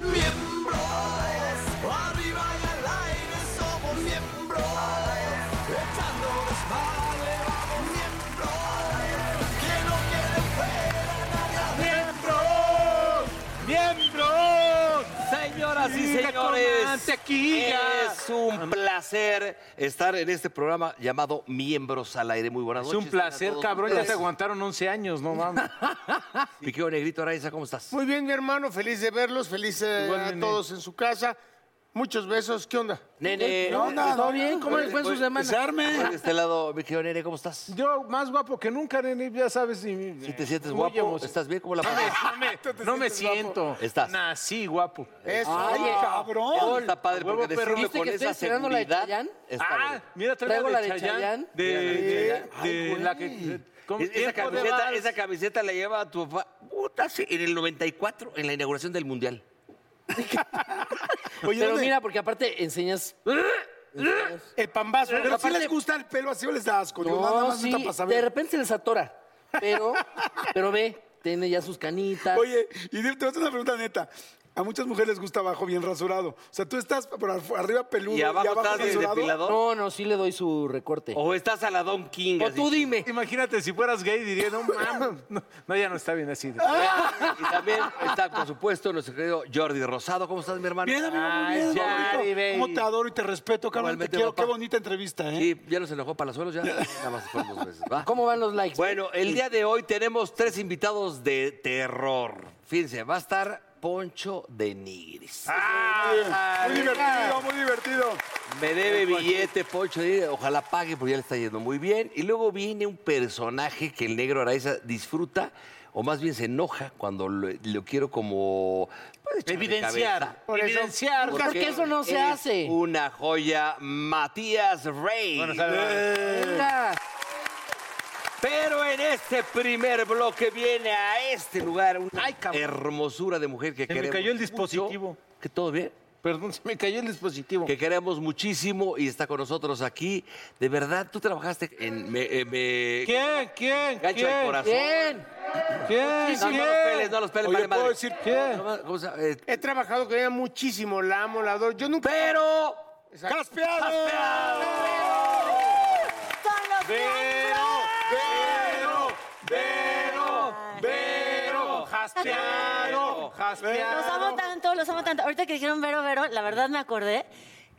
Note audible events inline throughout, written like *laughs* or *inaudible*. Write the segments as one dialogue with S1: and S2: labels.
S1: Miembros, arriba y al aire somos miembros, echando desmadre vamos miembros, que no quede fuera nadie. Miembros, miembros,
S2: Señoras y
S1: Mira, coman
S2: señores,
S1: tequila.
S2: es un placer estar en este programa llamado Miembros al Aire. Muy buenas
S3: Es
S2: noches.
S3: un placer, cabrón. Ya te aguantaron 11 años, no mames.
S2: Mi querido Negrito Araiza, ¿cómo estás?
S4: Muy bien, mi hermano, feliz de verlos, feliz eh,
S3: Igual,
S4: a
S3: nene.
S4: todos en su casa. Muchos besos, ¿qué onda?
S2: Nene.
S3: No, nada,
S2: ¿Todo
S3: nada.
S2: bien? ¿Cómo les fue en su
S3: Voy-
S2: semana?
S3: besarme.
S2: Por este lado, mi querido Nene, ¿cómo estás?
S3: *laughs* Yo más guapo que nunca, Nene, ya sabes. Si,
S2: ¿Sí ¿Te sientes guapo? ¿Estás bien? ¿Cómo la pasas?
S3: No me, no me siento.
S2: Estás.
S3: Nací guapo.
S4: Eso,
S2: Eso
S4: cabrón.
S2: Está padre
S3: Huevo,
S2: porque
S3: perro.
S2: decirlo
S3: ¿Viste
S2: con
S5: que estoy
S2: esa
S5: esperando la de
S2: seguridad.
S5: Chayanne?
S2: está
S3: ah,
S2: bueno.
S3: mira, traigo la de Chayanne.
S5: Chayanne.
S3: De, de, de la que... ¿cómo?
S2: Es- Esa
S3: Tiempo de
S2: camiseta,
S3: vals.
S2: esa camiseta la lleva tu papá puta, sí, en el 94, en la inauguración del Mundial.
S5: Oye, Pero mira, porque aparte enseñas. enseñas-
S4: El pambazo.
S6: Pero si
S4: Aparte,
S6: les gusta el pelo así o les da asco. Yo nada
S5: No,
S6: más
S5: sí,
S6: está para saber.
S5: de repente se les atora.
S6: *laughs*
S5: Pero, pero ve, tiene ya sus canitas.
S6: Oye, y te voy a hacer una pregunta neta. A muchas mujeres les gusta abajo bien rasurado. O sea, tú estás por ar- arriba peludo
S2: Y abajo, estás de
S6: rasurado.
S2: depilador.
S5: No, no, sí le doy su recorte.
S2: O estás a la Don King.
S5: O
S2: así.
S5: tú dime.
S3: Imagínate, si fueras gay, diría, no mames. *laughs* No, no, ya no está bien así.
S2: Y también está, por supuesto, nuestro querido Jordi Rosado. ¿Cómo estás, mi hermano?
S6: Bien, amigo, muy
S3: Ay,
S6: bien.
S3: ya,
S6: Raulito.
S3: Ari,
S6: ¿Cómo
S3: baby.
S6: te adoro y te respeto, Carmen? Te
S2: Igualmente,
S6: quiero.
S2: papá.
S6: Qué bonita entrevista, ¿eh?
S2: Sí, ya nos enojó Palazuelos, ya. Nada más fueron dos veces. ¿va?
S5: ¿Cómo van los likes?
S2: Bueno, el día de hoy tenemos tres invitados de terror. Fíjense, va a estar Poncho de Nigris.
S6: Ah, Muy divertido, muy divertido.
S2: Me debe billete, Poncho. y Ojalá pague, porque ya le está yendo muy bien. Y luego viene un personaje que el negro Araiza disfruta, o más bien se enoja cuando lo, lo quiero como. pues, echar de cabeza.
S3: Evidenciar. Evidenciar.
S5: Porque eso no se
S2: eres
S5: hace.
S2: Una joya, Matías Rey.
S3: Bueno, salve.
S5: Venga.
S6: eh.
S2: Pero en este primer bloque viene a este lugar una
S3: Ay, cabrón.
S2: hermosura de mujer que
S3: Se me
S2: queremos.
S3: cayó el
S2: mucho.
S3: dispositivo.
S2: ¿Que todo bien?
S3: Perdón, se me cayó el dispositivo.
S2: que queremos muchísimo y está con nosotros aquí. De verdad, tú trabajaste en Me, eh, Me-
S3: ¿Quién? ¿Quién?
S2: Gancho al
S3: ¿Quién?
S2: corazón.
S5: Bien.
S3: ¿Quién?
S2: No, no los peles, no los peles,
S6: Oye,
S2: vale madre.
S6: ¿puedo decir
S3: ¿Quién?
S2: No, ¿cómo se llama? Eh,
S4: He trabajado con ella muchísimo, la amo, la adoro. Yo nunca...
S2: Pero...
S6: ¡Caspeado!
S3: Vero, Vero, Vero, Vero,
S7: Los
S3: jaspeado,
S7: amo
S3: jaspeado.
S7: tanto, los amo tanto. Ahorita que dijeron Vero, Vero, la verdad me acordé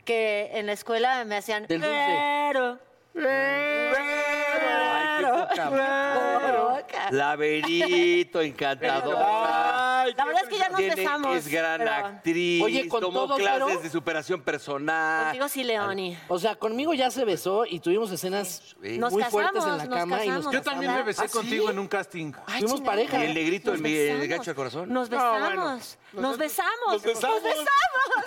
S7: que en la escuela me hacían
S5: Del dulce.
S7: Vero,
S2: Ay, qué
S7: Vero,
S2: poca
S7: Vero.
S2: Laberito,
S8: ah,
S2: encantador.
S7: La verdad es que ya nos
S2: Tiene-
S7: besamos.
S2: es gran
S7: pero ah.
S2: actriz.
S5: Oye, con
S2: tomó
S5: todo,
S2: clases
S5: Vero.
S2: de superación personal.
S7: Contigo sí, Leoni.
S5: O sea, conmigo ya se besó y tuvimos escenas
S2: Sí.
S7: Nos
S5: muy
S7: casamos,
S5: fuertes en la
S7: nos
S5: cama. Y nos
S7: casamos.
S3: Yo también me besé
S5: ¿Ah, sí?
S3: contigo en un casting.
S5: Ay, Fuimos chingada. pareja.
S2: Y el negrito,
S7: Nos
S2: el, mi- el
S7: besamos.
S2: gancho al corazón.
S7: Nos besamos. Nos besamos. Nos
S6: besamos.
S7: Nos besamos.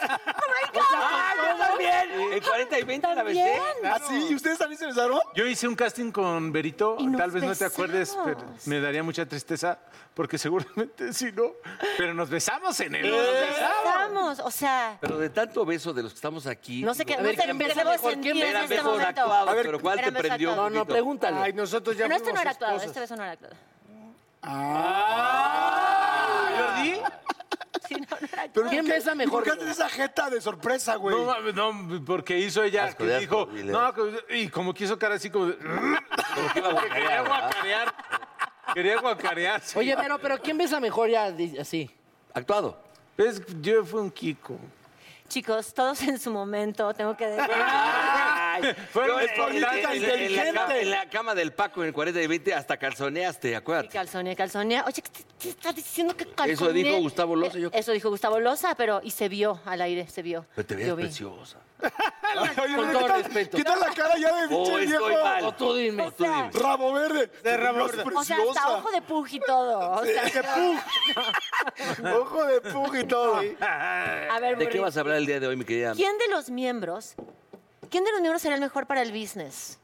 S7: Oh my God.
S2: ¡Ay, yo también! En 40 y 20 la besé.
S7: También.
S6: ¿Así? ¿Y ustedes también se besaron?
S3: Yo hice un casting con Berito,
S7: Y nos
S3: tal vez no te acuerdes, pero
S7: besamos.
S3: me daría mucha tristeza, porque seguramente *laughs* sí no. Pero nos besamos en
S6: ¿Eh?
S3: el. nos besamos.
S7: Besamos. O sea,
S2: Pero de tanto beso de los que estamos aquí.
S7: no sé qué,
S5: A
S7: no
S5: ver,
S7: sé
S5: ¿quién
S7: qué
S5: besa
S7: debo
S5: mejor? ¿Quién
S7: sentir en
S2: Eran
S7: este
S2: besos
S7: momento.
S2: actuados, pero ¿cuál te
S7: Eran besos
S2: prendió?
S5: No,
S7: actuados.
S5: no, pregúntale.
S4: Ay, nosotros ya
S7: No, este no
S4: fuimos
S7: era actuado,
S4: esposas.
S7: este beso no era actuado.
S3: ¿Jordi?
S7: Sí, no, no era
S6: Pero
S5: ¿Quién
S6: ¿qué-
S5: besa mejor?
S6: ¿Por qué haces esa jeta de sorpresa, güey? *laughs*
S3: No, mames, no, porque hizo ella,
S2: Asco
S3: que
S2: de asco,
S3: dijo,
S2: y le-
S3: no, que- y como quiso cara así como, de-
S2: Como que iba a
S3: quería
S2: guacarear, ¿verdad?
S3: guacarear, quería guacarear. sí.
S5: Oye, pero, pero ¿quién besa mejor ya di- así?
S2: Actuado.
S3: Es- yo fui un Kiko.
S7: Chicos, todos en su momento, tengo que decir.
S3: Fueron
S2: No, en-
S3: espontáneas,
S2: en- en- en la ca-
S3: inteligentes.
S2: En la cama del Paco en 40 y 20 hasta calzoneaste,
S7: Y
S2: acuérdate.
S7: calzonea, calzonea. Oye, ¿qué te, te estás diciendo que calzonea?
S2: Eso dijo Gustavo Loza, yo-
S7: Eso dijo Gustavo Loza, pero... Y se vio al aire, se vio.
S2: Pero te
S7: Yo
S2: veías
S7: vi.
S2: preciosa.
S6: Oye,
S5: Con
S6: ¿qué
S5: todo
S6: tal-
S5: respeto.
S6: ¿Qué tal la cara ya de
S2: Oh,
S6: pinche viejo?
S2: estoy mal.
S5: O tú dime.
S7: O sea,
S6: Rabo verde.
S4: De rabo
S6: Dios,
S4: verde.
S7: o sea, hasta
S6: preciosa.
S7: ojo de pug y todo. O sea,
S4: Ojo de pug y todo.
S7: a
S2: ¿De
S7: ver,
S2: qué
S7: Burrito,
S2: vas a hablar el día de hoy, mi querida?
S7: ¿Quién de los miembros... ¿Quién de los miembros será el mejor para el business?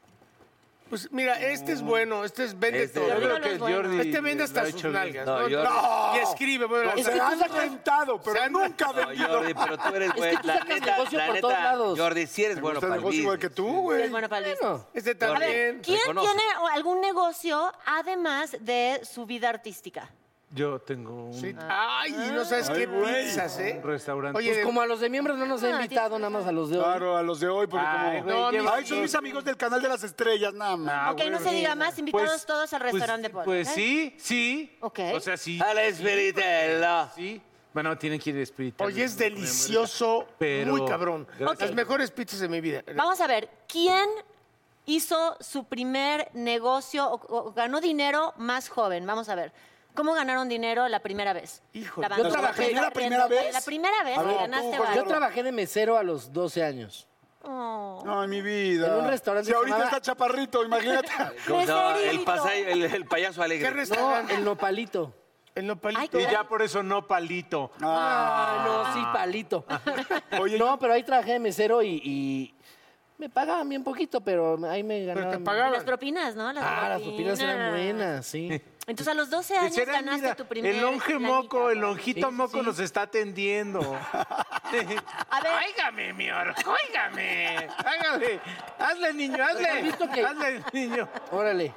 S4: Pues mira, este es bueno, este es vende
S2: Este-
S4: todo.
S7: Yo creo que Jordi
S4: este vende
S3: lo
S4: hasta
S3: ha
S4: sus
S3: hecho bien. Pues,
S4: nalgas.
S2: No,
S4: No,
S2: yo-
S4: Y escribe, bueno,
S6: O
S4: o sea,
S6: sea, han atentado, pero nunca
S2: No,
S6: vendido.
S2: Jordi, pero tú eres
S5: que
S2: bueno.
S5: tú
S2: la
S5: sacas
S2: neta,
S5: negocio
S2: la
S5: por
S2: neta,
S5: todos lados.
S2: Jordi, sí eres bueno
S6: Está
S2: para
S6: el
S2: el
S6: negocio igual que
S2: business.
S6: tú,
S7: ¿Quién
S6: güey.
S7: es bueno para el business?
S4: este
S7: A ver,
S4: también.
S7: ¿quién
S2: reconoce.
S7: tiene algún negocio además de su vida artística?
S3: Yo tengo un
S4: Sí.
S6: Ah.
S4: Ay, y no sabes qué pizzas, ¿eh.
S3: restaurante.
S4: Oye,
S5: Pues como a los de miembros no nos ha
S7: Ah,
S5: invitado, nada más a los de hoy.
S6: Claro, a los de hoy, porque
S3: Ay,
S6: como...
S3: güey,
S4: No,
S3: lleva-
S6: Ay, son mis amigos del canal de las estrellas, nada más.
S3: Ah,
S7: ok, no
S3: güey.
S7: se diga más, invitados
S2: Pues,
S7: todos al restaurante Paul,
S3: pues, Pues
S7: ¿ok?
S3: sí, sí.
S7: Ok.
S3: O sea, sí.
S2: A la esperitela.
S3: Sí. Bueno, tiene que ir espiritual.
S4: Oye, es delicioso,
S3: Pero-
S4: muy cabrón.
S3: Gracias.
S4: Las mejores pizzas de mi vida.
S7: Vamos a ver, ¿quién hizo su primer negocio o, o ganó dinero más joven? Vamos a ver. ¿Cómo ganaron dinero la primera vez?
S4: Hijo,
S7: La
S4: yo
S7: banda.
S6: trabajé- ¿La
S7: Está
S6: primera
S7: aprendiendo.
S6: vez?
S7: La primera vez
S6: A ver,
S7: que ganaste
S6: ¿cómo fue?
S5: Yo
S7: varo.
S5: trabajé de mesero a los 12 años.
S7: Oh.
S6: Ay, mi vida.
S5: En un restaurante
S6: Si
S5: que
S6: ahorita
S5: llamaba-
S6: está chaparrito, imagínate.
S2: ¿Cómo se llama? El,
S7: Meserito.
S2: pasay- el, el payaso
S4: *laughs* ¿Qué
S2: alegre.
S5: No,
S4: restaurante?
S5: el nopalito.
S4: El nopalito.
S7: Ay,
S3: Y
S7: qué-
S3: ya por eso no palito.
S5: Ah, no, sí,
S4: *laughs*
S5: palito.
S6: Oye,
S5: no, pero ahí trabajé de mesero y, y me pagaban bien poquito, pero ahí me ganaban.
S4: te pagaban.
S7: Las propinas, ¿no? Las
S5: Ah, las propinas eran buenas,
S4: *laughs*
S5: sí.
S7: Entonces a los 12 años
S3: Será,
S7: ganaste
S3: mira,
S7: tu primer
S3: el longe
S7: lanita,
S3: moco, el
S7: cabrón.
S3: lonjito
S5: Sí,
S3: moco
S5: sí.
S3: nos está atendiendo.
S7: *laughs* A ver,
S3: Óigame, mi orco, óigame. Hágale. Hazle, niño,
S5: ¿Has
S3: hazle.
S5: visto que-
S3: Hazle, niño.
S5: Órale.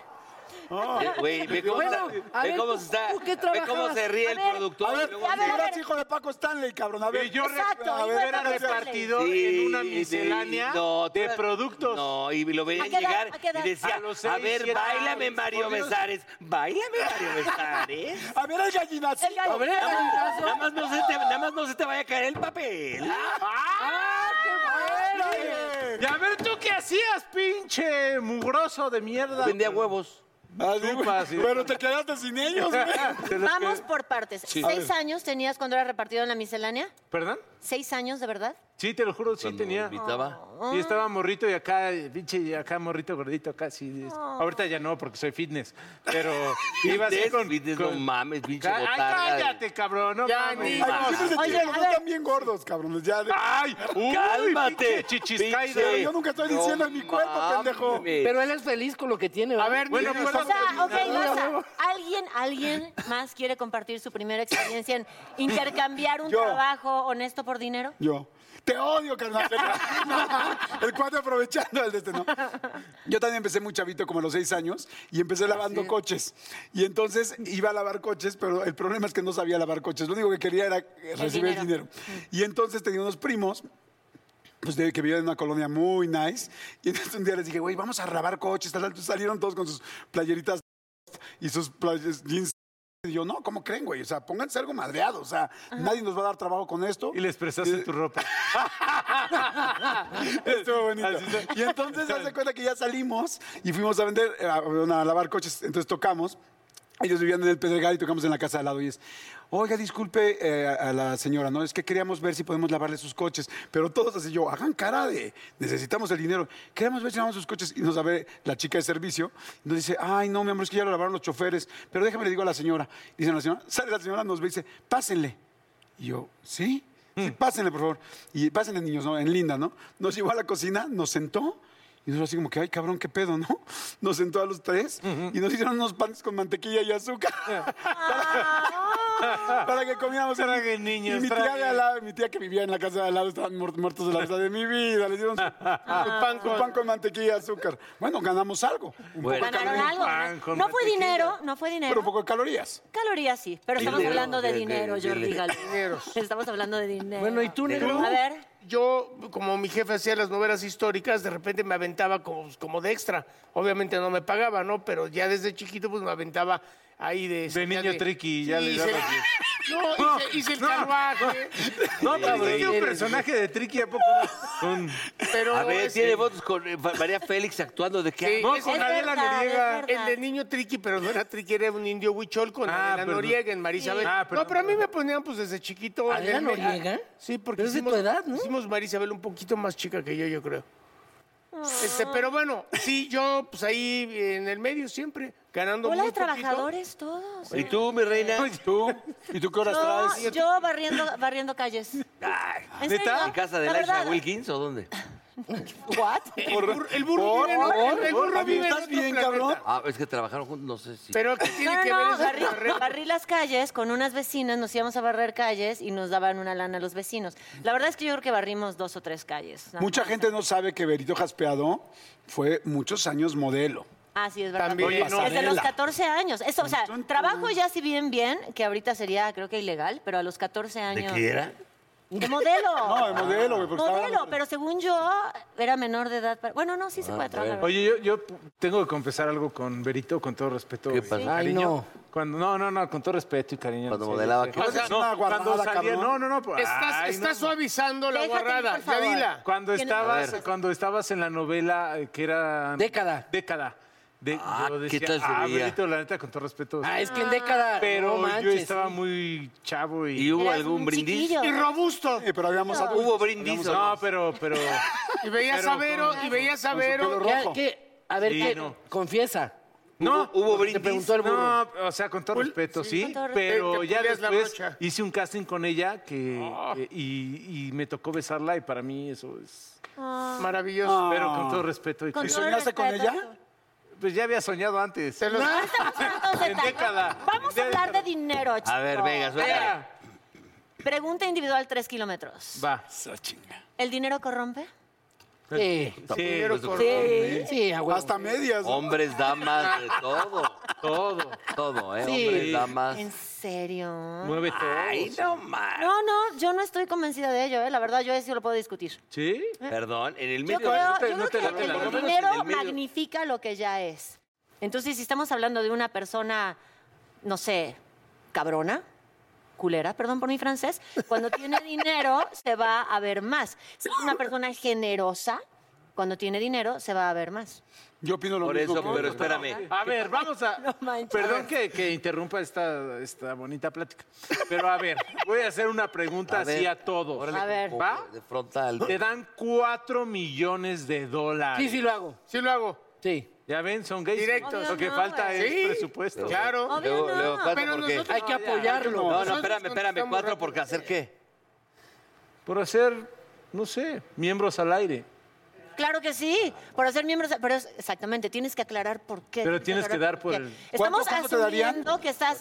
S2: Ve, Güey, ve cómo,
S5: Bueno,
S2: está-
S5: a
S2: ve
S5: ver,
S2: cómo
S5: ¿tú-
S2: se está.
S5: tú qué
S2: Ve cómo
S5: trabajabas?
S2: se ríe
S7: A
S2: el
S7: ver,
S2: productor.
S6: a
S2: y
S6: ver,
S2: luego
S7: a
S2: se-
S7: ver, a
S6: eras
S7: ver.
S6: hijo de Paco Stanley, cabrón. A ver,
S3: Y yo
S7: Exacto,
S3: re- a
S7: igual
S3: ver,
S7: para
S3: era
S7: hacerle.
S3: repartidor en
S2: Sí,
S3: una
S2: de-
S3: miscelánea
S2: no,
S3: de
S2: tú-
S3: productos.
S2: No, y lo veían
S7: ¿A qué edad?
S2: llegar
S7: ¿A qué edad?
S2: y decía,
S3: A los
S2: a
S3: seis,
S2: ver,
S3: siete
S2: bailame
S3: años,
S2: Mario
S3: por Dios".
S2: Besares, bailame Mario Besares.
S7: *laughs*
S6: a ver el gallinazo.
S7: el gallo.
S2: Nada más, no se te, nada más no se te vaya a caer el papel.
S7: Ah,
S2: Ah,
S3: ¡Ah! Y a ver, ¿tú qué hacías, pinche mugroso de mierda?
S2: Vendía huevos.
S3: Chupas, sí.
S6: Pero te quedaste sin
S7: *laughs*
S6: ellos, güey.
S7: Vamos por partes. ¿Seis años tenías cuando era repartido en la miscelánea?
S3: ¿Perdón?
S7: ¿Seis años, de verdad?
S3: Sí, te lo juro, sí
S2: Cuando
S3: tenía.
S2: invitaba.
S4: Ah.
S3: Y estaba morrito y acá, pinche, y acá morrito gordito, acá sí. es-
S4: Ah.
S3: Ahorita ya no, porque soy fitness.
S2: *laughs*
S3: Pero iba así
S2: Fitness,
S3: con.
S2: fitness,
S3: con-
S2: no mames, pinche
S3: Ay,
S2: botarga.
S3: cállate, cabrón, no
S4: Ya,
S3: mames.
S6: Ay,
S4: ni-
S6: que siempre se
S7: Oye, a
S6: tiran, los
S7: ver.
S6: dos también gordos, cabrones. Ya de-
S3: ¡Ay! uy,
S2: ¡Cálmate!
S3: pinche chichiscaida.
S2: pinche.
S6: yo nunca estoy diciendo en mi cuerpo, pendejo.
S5: Pero él es feliz con lo que tiene, ¿verdad?
S4: Eh. A ver,
S3: Bueno,
S4: niños,
S3: pues,
S7: O
S4: vamos a
S7: sea, ok,
S4: terminar.
S7: Loza, ¿alguien, ¿alguien más quiere compartir su primera experiencia en intercambiar un
S6: Yo.
S7: trabajo honesto por dinero?
S6: Yo. Te odio, carnal. el cuate aprovechando el de este, ¿no? Yo también empecé muy chavito, como a los seis años, y empecé lavando coches. Y entonces iba a lavar coches, pero el problema es que no sabía lavar coches. Lo único que quería era eh, recibir
S7: dinero.
S6: dinero. Y entonces tenía unos primos pues de, que vivía en una colonia muy nice. Y entonces un día les dije, güey, vamos a lavar coches. tal, tal. Entonces salieron todos con sus playeritas y sus playes- jeans. Y yo, no, ¿cómo creen, güey? O sea, pónganse algo madreado. O sea, nadie nos va a dar trabajo con esto.
S3: Y les prestaste
S4: *laughs*
S3: tu ropa.
S6: Estuvo bonito. Y entonces se hace cuenta que ya salimos y fuimos a vender, eh, a, a lavar coches. Entonces tocamos. Ellos vivían en el Pedregal y tocamos en la casa de al lado. Y es, oiga, disculpe eh, a a la señora, ¿no? Es que queríamos ver si podemos lavarle sus coches. Pero todos así yo, hagan cara de, necesitamos el dinero. Queremos ver si lavamos sus coches. Y nos a ver la chica de servicio. Y nos dice, ay, no, mi amor, es que ya lo lavaron los choferes. Pero déjame le digo a la señora. Dicen a la señora, sale la señora, nos ve y dice, pásenle. Y yo, ¿sí? Sí, pásenle, por favor. Y pásenle, niños, ¿no? En linda, ¿no? Nos llevó a la cocina, nos sentó. Y nosotros así como que, ay, cabrón, qué pedo, ¿no? *laughs* Nos sentó a los tres y nos hicieron unos panes con mantequilla y azúcar para, *laughs* para que comiéramos. Y-
S3: Traguen, niños,
S6: y mi tía,
S3: traguen.
S6: de al lado, mi tía que vivía en la casa de al lado estaban muer- muertos de la risa de mi vida. Les dieron su, su pan, con, pan con mantequilla y azúcar. Bueno, ganamos algo. Un
S2: Bueno.
S6: poco de
S7: ¿Ganaron algo?
S6: calorías,
S3: pan con
S7: No fue
S3: mantequilla.
S7: dinero, no fue dinero.
S6: pero un poco de calorías.
S7: Calorías sí, pero estamos
S2: Dinero,
S7: hablando de
S2: de- de-
S7: dinero,
S2: de-
S7: Jordi
S2: de-
S7: Galo. *laughs* Estamos hablando de dinero.
S5: Bueno, ¿y tú, negro?
S7: A ver,
S4: Yo, como mi jefe hacía las novelas históricas, de repente me aventaba como, como de extra. Obviamente no me pagaba, ¿no? Pero ya desde chiquito, pues me aventaba ahí de...
S3: De niño triqui, ya le
S4: hice,
S3: daba así.
S4: *laughs* No, hice, hice el carruaje.
S3: No, pero
S2: sí,
S3: es que
S2: sí.
S3: un personaje de Triqui a poco Un-
S4: Pero
S2: A ver,
S4: es
S2: tiene
S4: el-
S2: fotos con eh, Fa- María Félix actuando de
S4: Sí.
S2: qué.
S3: No,
S4: Es
S3: con
S7: verdad,
S3: Adela
S7: es
S3: Noriega.
S4: El de niño triqui, pero no era triqui, era un indio huichol con
S3: Ah,
S4: Adela
S3: perdón.
S4: Noriega en Marisabel.
S3: Sí. Ah, perdón,
S4: no, pero a mí
S3: perdón.
S4: me ponían pues desde chiquito. en
S5: ¿Adela
S4: el medio.
S5: Noriega?
S4: Sí, porque
S5: Pero es de tu edad, ¿no?
S4: hicimos Marisabel un poquito más chica que yo, yo creo.
S7: Ah.
S4: Este, pero bueno, sí, yo pues ahí en el medio siempre, ganando
S7: Hola,
S4: muy poquito.
S7: trabajadores todos.
S2: ¿Y tú, mi reina?
S7: Pues,
S6: ¿Tú? ¿Y tú qué horas
S7: Yo, yo barriendo, barriendo calles. ¿En serio?
S2: ¿En casa de
S7: La
S2: Laisha
S7: verdad.
S2: Wilkins o dónde?
S7: ¿What?
S4: El, bur- el burro
S6: por-
S4: vive en otro-
S6: por-
S4: el burro
S6: por-
S4: vive en
S6: ¿Estás
S4: otro
S6: bien,
S4: planeta.
S6: cabrón?
S2: Ah, es que trabajaron juntos, no sé si.
S4: Pero ¿qué
S7: No,
S4: tiene
S7: no,
S4: que
S7: no,
S4: ver *laughs*
S7: barrí,
S4: esa carrera?
S7: barrí las calles con unas vecinas, nos íbamos a barrer calles y nos daban una lana a los vecinos. La verdad es que yo creo que barrimos dos o tres calles. nada
S6: Mucha
S7: más.
S6: gente no sabe que Berito Jaspeado fue muchos años modelo.
S7: Ah, sí, es verdad.
S4: También. Oye, no,
S7: Desde los
S6: Adela.
S7: 14 años. Eso, o sea, trabajo ya si bien bien, que ahorita sería creo que ilegal, pero a los 14
S2: ¿De
S7: años.
S2: qué era?
S7: De modelo.
S6: *laughs* No, de modelo, güey. porque estaba-
S7: Modelo, pero según yo era menor de edad. para- Bueno, no, sí
S2: Ah,
S7: se puede trabajar.
S3: Oye, yo, yo tengo que confesar algo con Berito, con todo respeto.
S2: ¿Qué
S3: y
S2: pasó?
S3: cariño.
S5: Ay, no.
S3: Cuando, no, no, no, con todo respeto y cariño.
S2: Cuando
S3: sí,
S2: modelaba,
S3: sí.
S2: ¿qué pasó?
S6: Es
S3: No,
S6: una guarrada,
S3: cuando salía,
S6: cabrón.
S3: no, no, no. pues,
S4: Estás,
S3: ay,
S4: estás
S3: no.
S4: suavizando la
S7: Déjate,
S4: guarrada.
S7: por favor.
S4: Ya dila.
S3: Cuando
S7: Que no-
S3: estabas,
S2: A ver.
S3: cuando estabas en la novela eh, que era...
S5: Década.
S3: Década. De,
S2: Ah,
S3: yo
S2: ¿qué
S3: decía,
S2: tal se
S3: ah,
S2: veía?
S3: Berito, la neta, con todo respeto.
S5: Ah, es que en década.
S3: pero
S5: no manches,
S3: yo estaba
S5: sí.
S3: muy chavo y...
S2: ¿Y hubo
S7: Eras
S2: algún
S7: un
S2: brindis?
S7: chiquillo.
S4: Y robusto.
S6: Sí, pero habíamos adultos.
S2: ¿Hubo brindis? o
S3: No, pero, pero...
S4: *laughs* Y veías
S3: Pero
S4: a Vero,
S3: con-
S4: y veías a Vero.
S6: pelo
S4: y-
S5: ¿Qué-
S6: rojo.
S5: qué? A ver,
S3: Sí,
S5: ¿qué?
S3: no.
S5: Confiesa.
S3: No,
S2: ¿Hubo
S5: Te
S2: brindis?
S5: preguntó el burro.
S3: No, o sea, con todo respeto, sí,
S7: con todo respeto.
S3: pero
S4: Te- te
S3: ya
S4: pulías la
S3: después
S4: brocha.
S3: hice un casting con ella que, que- y, y me tocó besarla y para mí eso es...
S7: Ah,
S4: Maravilloso.
S3: Pero con todo respeto. y
S7: Con
S3: que-
S7: todo
S6: soñaste con
S7: respeto,
S6: ella?
S3: Pues ya había soñado antes.
S4: Se los-
S7: Estamos hablando
S4: *laughs*
S7: de
S3: En
S7: tal-
S3: década.
S7: Vamos a
S3: En
S7: hablar de
S3: década.
S7: dinero, chicos.
S2: A ver, venga, suéltala.
S7: Pregunta individual, tres kilómetros.
S3: Va.
S7: ¿El dinero corrompe?
S5: Sí.
S3: Sí,
S5: Sí, Eh, sí, a huevo.
S6: Hasta medias. ¿no?
S2: pues, Hombres, damas, de todo.
S3: todo.
S2: Todo, ¿eh?
S5: Sí.
S2: Hombres, damas.
S7: ¿En serio?
S3: Mueve todo.
S2: Ay, no más.
S7: No, no, yo no estoy convencida de ello, ¿eh? La verdad, yo eso lo puedo discutir.
S3: ¿Sí?
S2: Perdón, en el
S7: Yo
S2: medio.
S7: creo,
S3: no te-
S7: yo creo
S3: no te
S7: que
S3: late
S7: el,
S3: la
S7: el
S3: broma.
S7: dinero
S2: En el medio.
S7: magnifica lo que ya es. Entonces, si estamos hablando de una persona, no sé, cabrona, culera, perdón por mi francés, cuando
S3: *laughs*
S7: tiene dinero se va a ver más. Si es una persona generosa, cuando tiene dinero se va a ver más.
S6: Yo opino lo
S2: Por
S6: mismo.
S2: eso,
S6: que-
S2: pero espérame.
S3: A ver, vamos a...
S7: manches.
S3: Perdón que, que interrumpa esta, esta bonita plática. Pero a ver, voy a hacer una pregunta
S2: A ver,
S3: así a todos.
S2: órale,
S7: A ver.
S3: ¿Va?
S2: De frontal.
S3: Te dan cuatro millones de dólares.
S5: Sí, sí lo hago.
S4: Sí lo hago.
S5: Sí.
S3: Ya ven, son gays.
S4: Directo.
S3: Lo que
S7: Obvio no,
S3: falta
S7: güey.
S3: es
S4: Sí,
S3: presupuesto.
S4: Claro.
S7: Obvio
S2: Luego,
S7: no.
S2: luego, cuatro,
S4: Pero
S2: ¿por qué?
S4: nosotros-
S5: Hay que apoyarlo.
S2: No, no,
S4: Nosotros
S2: espérame, espérame.
S4: contestamos
S2: ¿Cuatro
S4: rápido.
S2: porque hacer qué?
S3: Por hacer, no sé, miembros al aire.
S7: Claro que sí, por hacer miembros, pero es- exactamente, tienes que aclarar por qué.
S3: Pero tienes que dar por
S7: qué.
S3: el-
S7: Estamos
S6: ¿Cuánto- cuánto te darían?
S7: asumiendo que estás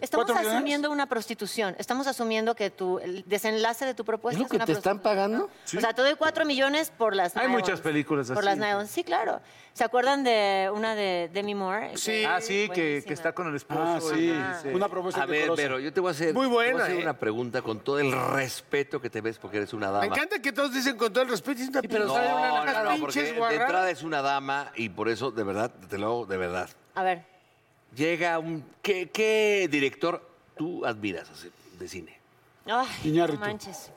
S7: estamos
S6: ¿Cuatro millones?
S7: asumiendo una prostitución, estamos asumiendo que tu el desenlace de tu
S5: ¿Es
S7: propuesta
S5: lo que
S7: una
S5: te están
S7: prostitución.
S5: pagando?
S7: O sea, te doy cuatro millones por las
S3: Hay
S7: nylons.
S3: muchas películas
S7: Por
S3: así.
S7: las nylons, sí, claro. ¿Se acuerdan de una de Demi Moore? Eh,
S4: Sí.
S3: Ah, sí, que,
S7: Buenísima.
S3: que está con el esposo.
S6: Ah, sí.
S3: y dice-
S6: Una propuesta
S2: A ver,
S6: indecorosa.
S2: pero yo te voy a hacer, te
S4: Muy
S2: voy
S4: buena,
S2: a hacer
S4: ¿eh?
S2: una pregunta con todo el respeto que te ves porque eres una
S4: Me
S2: dama.
S4: encanta que todos dicen con todo el respeto. y es una
S5: pero
S2: No,
S4: pinche-
S5: sale una-
S2: no, no,
S4: unas
S2: porque
S4: pinches
S2: de
S4: guarradas.
S2: entrada es una dama y por eso, de verdad, te lo hago de verdad.
S7: A ver,
S2: Llega un... ¿Qué, qué director tú admiras así, de cine?
S7: ay,
S6: Iñárritu.
S7: no manches.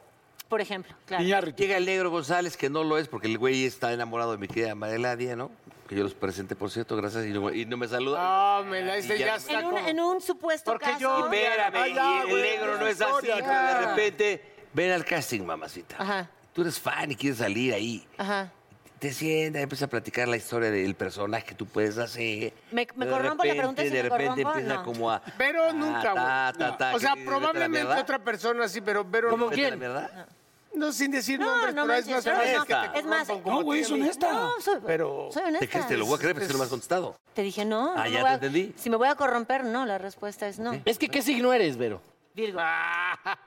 S7: Por ejemplo, claro.
S6: Iñárritu.
S2: Llega el negro González, que no lo es, porque el güey está enamorado de mi querida Madeladia, ¿no? Que yo los presenté, por cierto, gracias, y no, y no me saluda.
S4: No, me la este
S2: Y Ah, ya
S4: ya
S2: no-
S4: está
S7: En un,
S4: como-
S7: en un supuesto
S3: Porque
S7: caso.
S3: yo-
S2: Espérame,
S6: Ah,
S2: y
S6: ya,
S2: el
S6: güey,
S2: negro
S6: es
S2: no es así,
S6: historia,
S2: que
S6: ya.
S2: de repente... Ven al casting, mamacita.
S7: Ajá.
S2: Tú eres fan y quieres salir ahí.
S7: Ajá.
S2: te sientas, empiezas a platicar la historia del personaje que tú puedes hacer.
S7: Me- me
S2: De
S7: corrompo, la pregunta es si
S2: De
S7: me
S2: repente
S7: corrompo,
S2: empieza
S7: no.
S2: como a.
S4: Pero
S2: ah,
S4: nunca, güey.
S2: ta, ta, ta,
S4: O
S2: que dices, vete
S4: sea,
S2: a la
S4: probablemente
S2: mierda.
S4: otra persona sí, pero Vero
S5: ¿Cómo
S4: no.
S2: Vete a la
S5: quién?
S2: mierda.
S4: No, sin decir
S7: No,
S4: nombres,
S7: no
S4: pero es
S7: manches,
S4: más
S7: no,
S4: fácil
S2: no,
S4: que te
S2: no.
S7: Es más,
S4: corrompan como
S6: No, güey,
S4: a
S6: es
S4: ti, amigo.
S6: Pues, honesta.
S7: No, soy,
S4: Pero-
S7: soy honesta.
S2: Te crees, te lo voy a creer, pero si no me has contestado.
S7: Te dije no.
S2: Ah, ya
S7: no me
S2: te
S7: voy a-
S2: entendí.
S7: Si me voy a corromper, no, la respuesta es no.
S5: Es que, ¿qué signo eres, Vero?
S7: Virgo.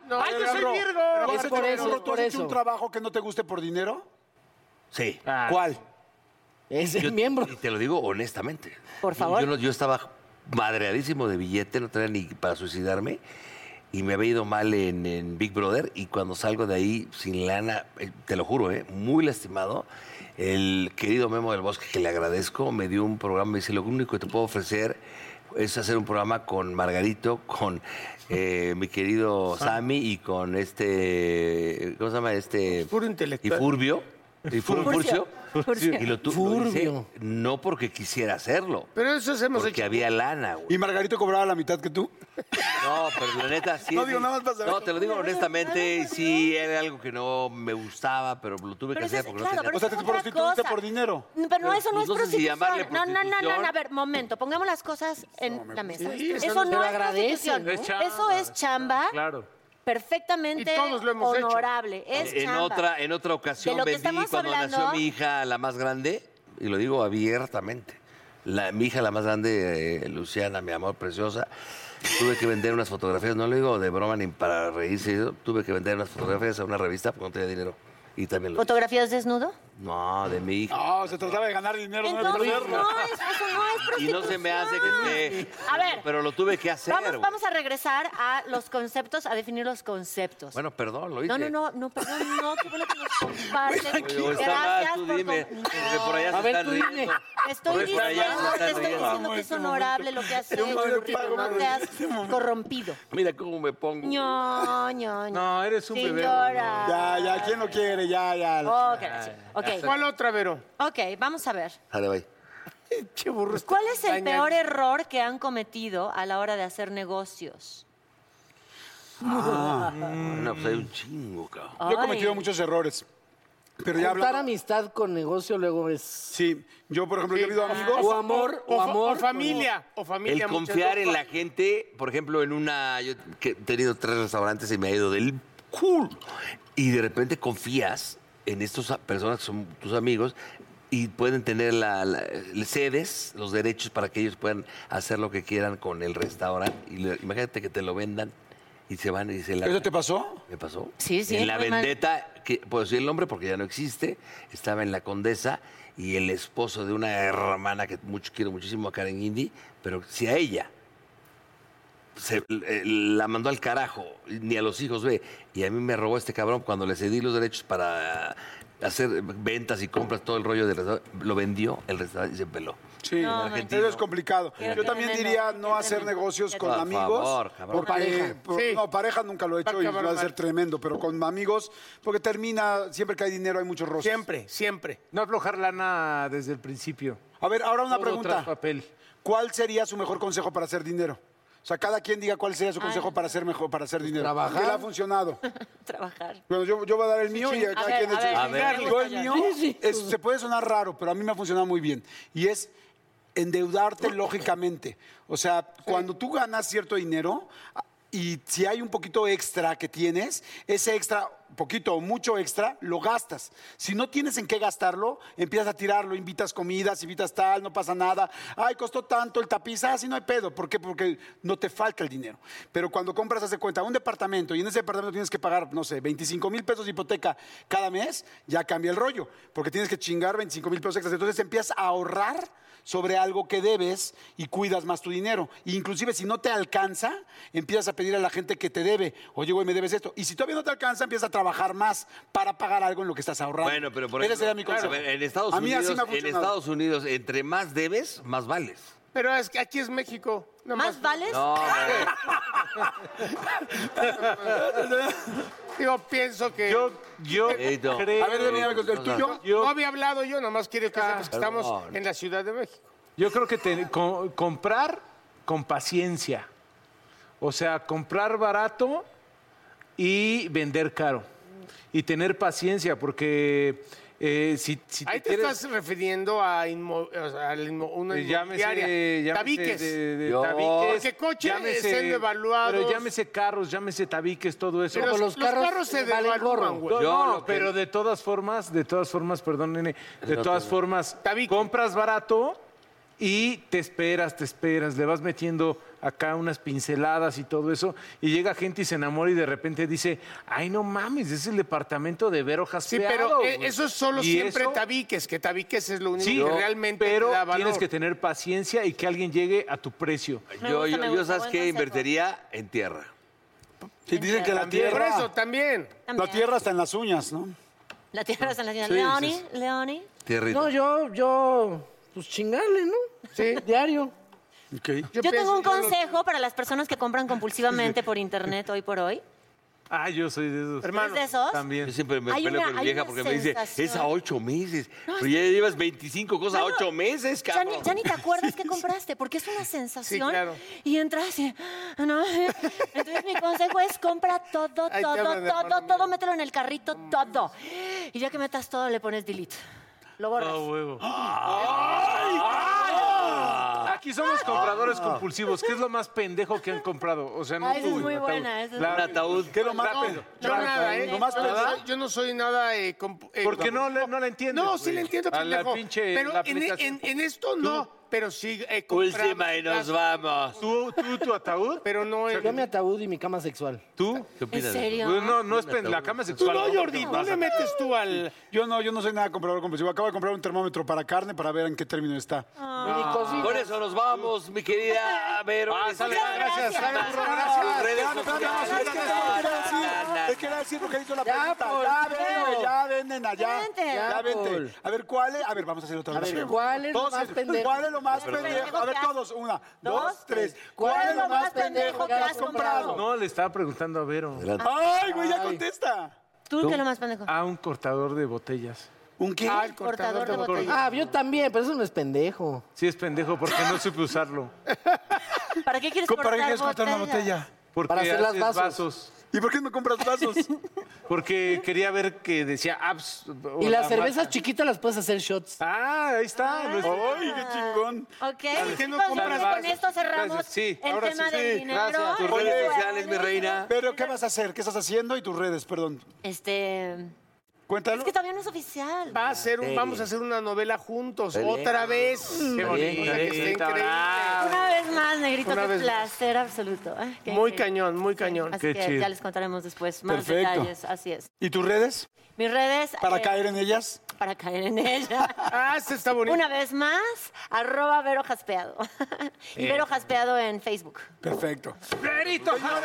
S4: No,
S3: ¡Ay, yo
S4: pero
S3: soy
S4: Vero,
S3: Virgo!
S6: ¿Tú has
S5: Es
S6: hecho-
S5: por eso,
S6: pero
S5: es
S6: ¿Tú has
S5: por
S6: hecho un
S5: eso.
S6: trabajo que no te guste por dinero?
S2: Sí.
S3: Ah,
S6: ¿Cuál?
S5: Es el miembro.
S2: Y te lo digo honestamente.
S7: Por
S2: Yo-
S7: favor.
S2: Yo, no- yo estaba madreadísimo de billete, no tenía ni para suicidarme. Y me había ido mal en, en Big Brother. Y cuando salgo de ahí sin lana, eh, te lo juro, eh, muy lastimado, el querido Memo del Bosque, que le agradezco, me dio un programa y me dice: Lo único que te puedo ofrecer es hacer un programa con Margarito, con eh, mi querido Sammy y con este. ¿Cómo se llama? Este.
S4: Pues Puro intelectual.
S2: Ifurbio. Ifurbio.
S7: Furcio. Furcio.
S2: Y lo, tu, lo hice no porque quisiera hacerlo.
S4: Pero eso hacemos
S2: Porque había lana, güey.
S6: ¿Y Margarito cobraba la mitad que tú?
S2: No, pero la neta sí.
S6: *laughs* No
S2: es-
S6: digo nada más para saber.
S2: No, te lo digo honestamente, sí era algo que no me gustaba, pero lo tuve que
S7: Pero eso
S2: hacer
S7: es,
S2: porque
S7: claro,
S2: no tenía.
S7: pero
S6: O sea,
S7: eso es
S6: te
S7: otra
S6: prostituiste
S7: cosa.
S6: por dinero.
S7: Pero, no, eso no es
S2: pues, no sé si
S7: prostitución.
S2: llamarle
S7: no, no, no, no,
S2: prostitución.
S7: a ver, momento. Pongamos las cosas en la mesa.
S4: Sí,
S7: eso,
S5: no-
S4: eso
S7: no
S5: Pero
S7: es
S5: agradece,
S7: prostitución.
S5: ¿no?
S3: Es chamba,
S7: Eso es chamba
S3: Claro.
S7: perfectamente
S4: Y todos lo hemos hecho.
S7: honorable. Es
S2: en
S7: chamba.
S2: otra, en otra ocasión
S7: De lo que
S2: vendí
S7: estamos
S2: cuando nació
S7: hablando-
S2: mi hija, la más grande, y lo digo abiertamente. La, mi hija, la más grande, eh, Luciana, mi amor preciosa, tuve que vender unas fotografías, no lo digo de broma ni para reírse, yo tuve que vender unas fotografías a una revista porque no tenía dinero. Y también lo hice.
S7: ¿Fotografías desnudo?
S2: No, de mi hija.
S6: No, se trataba de ganar dinero, no de
S7: Entonces,
S6: perderlo.
S7: no, es, eso no es prostitución.
S2: Y no se me hace que esté.
S7: A ver.
S2: Pero lo tuve que hacer.
S7: Vamos,
S2: güey.
S7: vamos a regresar a los conceptos, a definir los conceptos.
S2: Bueno, perdón, lo hice.
S7: no, no, no, no, perdón, no, qué bueno que nos
S2: *laughs*
S7: comparten.
S2: Oye, o está
S7: Gracias
S2: mal, tú
S7: por
S2: dime.
S7: com-
S2: Porque por allá
S5: A
S2: se
S5: ver,
S2: están
S5: tú
S2: riendo.
S5: dime.
S7: Te estoy
S2: Por
S7: diciendo,
S2: allá se están
S7: te estoy
S2: riendo.
S7: diciendo que es honorable lo que has hecho, Rito, no te has
S6: este
S7: corrompido.
S2: Mira cómo me pongo.
S7: No, no, no.
S3: No, eres un
S7: Sin
S3: bebé.
S7: llorar.
S6: Ya, ya, ¿quién lo quiere? Ya, ya.
S7: Oh,
S2: Ah,
S7: gracias. Ok,
S4: ¿Cuál otra, Vero?
S7: ok, vamos a ver.
S2: Sale, bye.
S4: Che burro. está
S7: ¿Cuál es el
S4: engañado.
S7: peor error que han cometido a la hora de hacer negocios?
S2: No, pues hay un chingo, cabrón.
S6: Yo he cometido
S7: Ay.
S6: muchos errores. Pero ya
S5: Juntar
S6: hablando...
S5: amistad con negocio luego es...
S6: Sí, yo, por ejemplo, yo he habido amigos...
S5: O amor,
S4: O,
S5: o
S4: fa-
S5: amor.
S4: o familia. O familia.
S2: El
S4: muchas
S2: confiar
S4: veces.
S2: en la gente, por ejemplo, en una. Yo que he tenido tres restaurantes y me ha ido del cool. Y de repente confías en estas personas que son tus amigos y pueden tener la, la- el- sedes, los derechos para que ellos puedan hacer lo que quieran con el restaurante. Y le- imagínate que te lo vendan y se van y se la.
S6: ¿Eso te pasó?
S2: ¿Me pasó?
S7: Sí, sí,
S2: En la
S7: muy mal.
S2: vendetta, que puedo decir el nombre porque ya no existe, estaba en la condesa y el esposo de una hermana que mucho, quiero muchísimo a Karen Indy, pero si a ella se- eh, la mandó al carajo, ni a los hijos ve. Y a mí me robó este cabrón cuando le cedí los derechos para hacer ventas y compras, todo el rollo del restaurante. Lo vendió el restaurante y se peló.
S6: Sí,
S7: No,
S6: Eso
S2: argentino.
S6: es complicado.
S7: Qué
S6: Yo también
S7: tremendo,
S6: diría
S7: qué
S6: no hacer
S7: tremendo.
S6: negocios con
S2: Por
S6: amigos.
S2: favor, cabrón.
S6: porque- eh,
S5: Pareja.
S6: por-
S4: Sí.
S6: No, pareja nunca lo he
S4: Va a
S6: hecho y
S4: acabar
S6: va a ser
S4: mal.
S6: tremendo, pero con amigos, porque termina, siempre que hay dinero hay muchos roces.
S4: Siempre, siempre.
S3: No aflojar lana desde el principio.
S6: A ver, ahora una
S3: Todo tras
S6: pregunta.
S3: papel.
S6: ¿Cuál sería su mejor consejo para hacer dinero? O sea, cada quien diga cuál sería su consejo para hacer mejor, para hacer dinero.
S5: trabajar.
S6: ¿Qué le ha funcionado?
S7: Trabajar.
S6: Bueno, yo, yo voy a dar el mío y a
S7: A
S6: cada
S7: ver, a
S6: quien el
S7: ver,
S6: suyo.
S7: a ver.
S6: Yo el mío, es- se puede sonar raro, pero a mí me ha funcionado muy bien. Y es endeudarte lógicamente. O sea, cuando tú ganas cierto dinero a- y si hay un poquito extra que tienes, ese extra, poquito o mucho extra, lo gastas. Si no tienes en qué gastarlo, empiezas a tirarlo, invitas comidas, invitas tal, no pasa nada. Ay, costó tanto el tapiz, así no hay pedo. ¿Por qué? Porque no te falta el dinero. Pero cuando compras, hace cuenta, un departamento y en ese departamento tienes que pagar, no sé, 25 mil pesos de hipoteca cada mes, ya cambia el rollo, porque tienes que chingar 25 mil pesos extras. Entonces empiezas a ahorrar sobre algo que debes y cuidas más tu dinero. E inclusive si no te alcanza, empiezas a pedir a la gente que te debe, oye, güey, me debes esto. Y si todavía no te alcanza, empiezas a trabajar más para pagar algo en lo que estás ahorrando.
S2: Bueno, pero por
S6: Ese
S2: ejemplo,
S6: sería mi consejo.
S2: a ver, en Estados
S6: A mí así
S2: Unidos,
S6: me ha
S2: en
S6: funcionado.
S2: Estados Unidos, entre más debes, más vales.
S4: Pero es que aquí es México. No
S7: ¿Más vales?
S2: No,
S4: Yo pienso que. Eh,
S3: Yo, yo
S2: Edito.
S3: creo...
S6: A ver, dime, amigo, el tuyo.
S3: yo-
S4: no había hablado yo, nomás quiero que sepas que
S2: Perdón.
S4: estamos en la Ciudad de México.
S3: Yo creo que te- co- comprar con paciencia. O sea, comprar barato y vender caro. Y tener paciencia, porque eh, si, si
S4: Ahí te
S3: quieres-
S4: estás refiriendo a, inmo- o sea, a la inmo- una
S3: eh, llámese,
S4: inmobiliaria.
S3: llámese
S4: Tabiques.
S3: de- de
S2: Yo-
S3: tabiques,
S4: Porque coches estén devaluados.
S3: Pero llámese carros, llámese tabiques, todo eso.
S4: Pero
S5: Como los carros
S4: se
S5: valen
S4: devalúan,
S5: gorro.
S4: güey.
S3: No,
S2: Yo
S3: no,
S2: lo que-
S3: pero de todas formas, de todas formas, perdón, nene, de
S2: No,
S3: todas
S2: perdón.
S3: formas,
S4: Tabique.
S3: compras barato y te esperas, te esperas, le vas metiendo acá unas pinceladas y todo eso, y llega gente y se enamora y de repente dice, ay, no mames, es el departamento de Vero
S4: Sí,
S3: Jaspeado.
S4: pero eh,
S3: güey".
S4: eso es solo
S3: Y
S4: siempre
S3: eso-
S4: tabiques, que tabiques es lo único
S3: Sí,
S4: que realmente te
S3: pero
S4: da valor.
S3: tienes que tener paciencia y que alguien llegue a tu precio.
S7: Me
S2: yo,
S7: gusta,
S2: yo,
S7: me
S2: yo,
S7: gusta,
S2: ¿sabes
S7: buen
S2: qué?
S7: consejo.
S2: Invertiría en tierra.
S6: Sí, dicen que la
S4: Por
S6: tierra,
S4: eso también.
S6: la tierra está en las uñas, ¿no?
S7: La tierra es en la señal.
S6: Sí,
S7: Leoni,
S6: sí,
S7: Leoni.
S2: Tierrita.
S5: No, yo, yo, pues chingale, ¿no? Sí. *laughs* Diario.
S7: Yo, tengo un consejo para las personas que compran compulsivamente por internet hoy por hoy.
S3: Ah, yo soy de esos.
S7: Hermano. ¿Eres de esos?
S3: También.
S2: Yo siempre me
S7: Hay
S2: peleo
S7: una-
S2: con mi
S7: hay
S2: vieja
S7: una
S2: porque me dice,
S7: sensación.
S2: es a ocho meses. pero ya llevas 25 cosas a
S7: No, no.
S2: ocho meses,
S7: Ya
S2: cabrón.
S7: ni, ya ni te acuerdas qué compraste, porque es una sensación.
S4: claro.
S7: Y entras y. "Ah, ¿no? Entonces, mi consejo es: compra todo,
S4: Ahí te
S7: todo,
S4: hablan de
S7: todo,
S4: mano,
S7: todo,
S4: mira.
S7: mételo en el carrito, todo. Y ya que metas todo, le pones delete. Lo borras.
S3: Ah, huevo.
S4: ¡Ah!
S3: ¡Ay! Aquí somos compradores compulsivos. ¿Qué es lo más pendejo que han comprado? O sea, no
S7: Ah, esa es
S3: tú,
S7: muy
S3: un
S7: buena,
S3: ataúd.
S7: esa es
S3: La-
S2: Un ataúd.
S6: ¿Qué es lo más?
S3: Rápido.
S4: Yo nada, ¿eh?
S7: Lo más
S4: yo, no
S7: pendejo.
S4: soy- yo no soy nada... Eh, comp- eh,
S3: Porque no, le- no la entiendes.
S4: No, sí
S3: güey.
S4: le entiendo,
S3: A la
S4: pendejo.
S3: pinche
S4: pero
S3: la
S4: en,
S3: aplicación.
S4: en- en esto no, pero sí he comprado...
S2: Última y nos
S4: las-
S2: vamos.
S3: ¿Tú, tú, tu ataúd?
S4: Pero no... en-
S5: Yo mi ataúd y mi cama sexual.
S3: ¿Tú?
S2: ¿Qué
S7: ¿En
S2: opinas?
S7: serio?
S3: Pues no, no es pen- la cama
S4: Tú
S3: sexual.
S4: no, Jordi,
S3: No,
S4: no le metes tú al...
S6: Eh, Yo no, yo no soy nada comprador compulsivo. Acabo de comprar un termómetro para carne para ver en qué término está.
S2: Con eso nos vamos, mi
S7: *laughs*
S2: querida Vero.
S3: Ah, sale, gracias, sale, burro,
S2: Tus redes
S6: Espérame, espérame, espérame,
S2: sociales.
S6: espérame, espérame, espérame. Es que era decir lo que dijo la pregunta.
S5: Paul,
S6: Ya, ven, güey, ya, ven, nena, ya.
S7: Vente.
S6: Ya,
S5: Ya,
S6: vente.
S5: Paul.
S6: A ver, ¿cuál es? A ver, vamos a hacer otra
S5: A
S6: vez.
S5: ver, ¿cuál es lo
S6: Todos,
S5: más pendejo?
S6: ¿Cuál es lo más
S7: Pero-
S6: pendejo? A ver,
S7: Pendejo que
S6: todos. Una, dos, tres.
S7: ¿Cuál es lo más pendejo que has comprado?
S3: No, le estaba preguntando a Vero.
S6: Ay, güey, ya contesta.
S7: ¿Tú qué es lo más pendejo?
S3: A un cortador de botellas.
S6: ¿Un qué?
S4: Ah, el
S7: Cortador de botellas.
S5: Ah, yo también, pero eso no es pendejo.
S3: Sí es pendejo porque no supe usarlo.
S7: ¿Para qué quieres
S6: ¿Para
S7: cortar
S6: qué quieres cortar una
S7: botellas?
S6: botella?
S3: Porque
S5: Para hacer las
S3: haces
S5: vasos.
S6: ¿Y por qué no compras vasos?
S3: Porque quería ver que decía apps.
S9: Oh,
S3: o
S5: Y
S3: la
S5: las cervezas
S3: marca.
S5: chiquitas las puedes hacer shots.
S3: Ah, ahí está. no está-
S6: Pues, ¡Ay, qué chingón!
S7: Ok,
S4: qué no
S7: entonces,
S4: compras
S7: con
S4: vasos?
S7: esto cerramos
S3: Gracias, sí,
S7: el
S3: ahora
S7: tema
S3: sí,
S7: del
S3: sí,
S7: dinero.
S3: gracias.
S2: Tus
S7: Oye,
S2: redes sociales, mi reina.
S6: Pero, ¿qué vas a hacer? ¿Qué estás haciendo? Y tus redes, perdón.
S7: Este,
S6: Cuéntalo.
S7: es que todavía no es oficial.
S4: Va a ser un- vamos a hacer una novela juntos,
S2: Está bien.
S4: otra vez.
S3: Qué bonito. ¿eh?
S4: Cosa que está increíble.
S7: Una vez más, negrito,
S4: Una
S7: qué
S4: vez más.
S7: placer absoluto. Ay, qué
S4: Muy
S7: increíble.
S4: cañón, muy cañón.
S7: Así
S3: Qué
S7: que
S3: chido.
S7: ya les contaremos después más
S6: Perfecto.
S7: detalles. Así es.
S6: ¿Y tus redes?
S7: Mis redes.
S6: ¿Para
S7: eh,
S6: caer en ellas?
S7: Para caer en
S8: *laughs*
S7: ella.
S4: Ah, este está bonito.
S7: Una vez más, arroba Vero Jaspeado. *laughs* y Vero Jaspeado en Facebook.
S6: Perfecto.
S4: ah,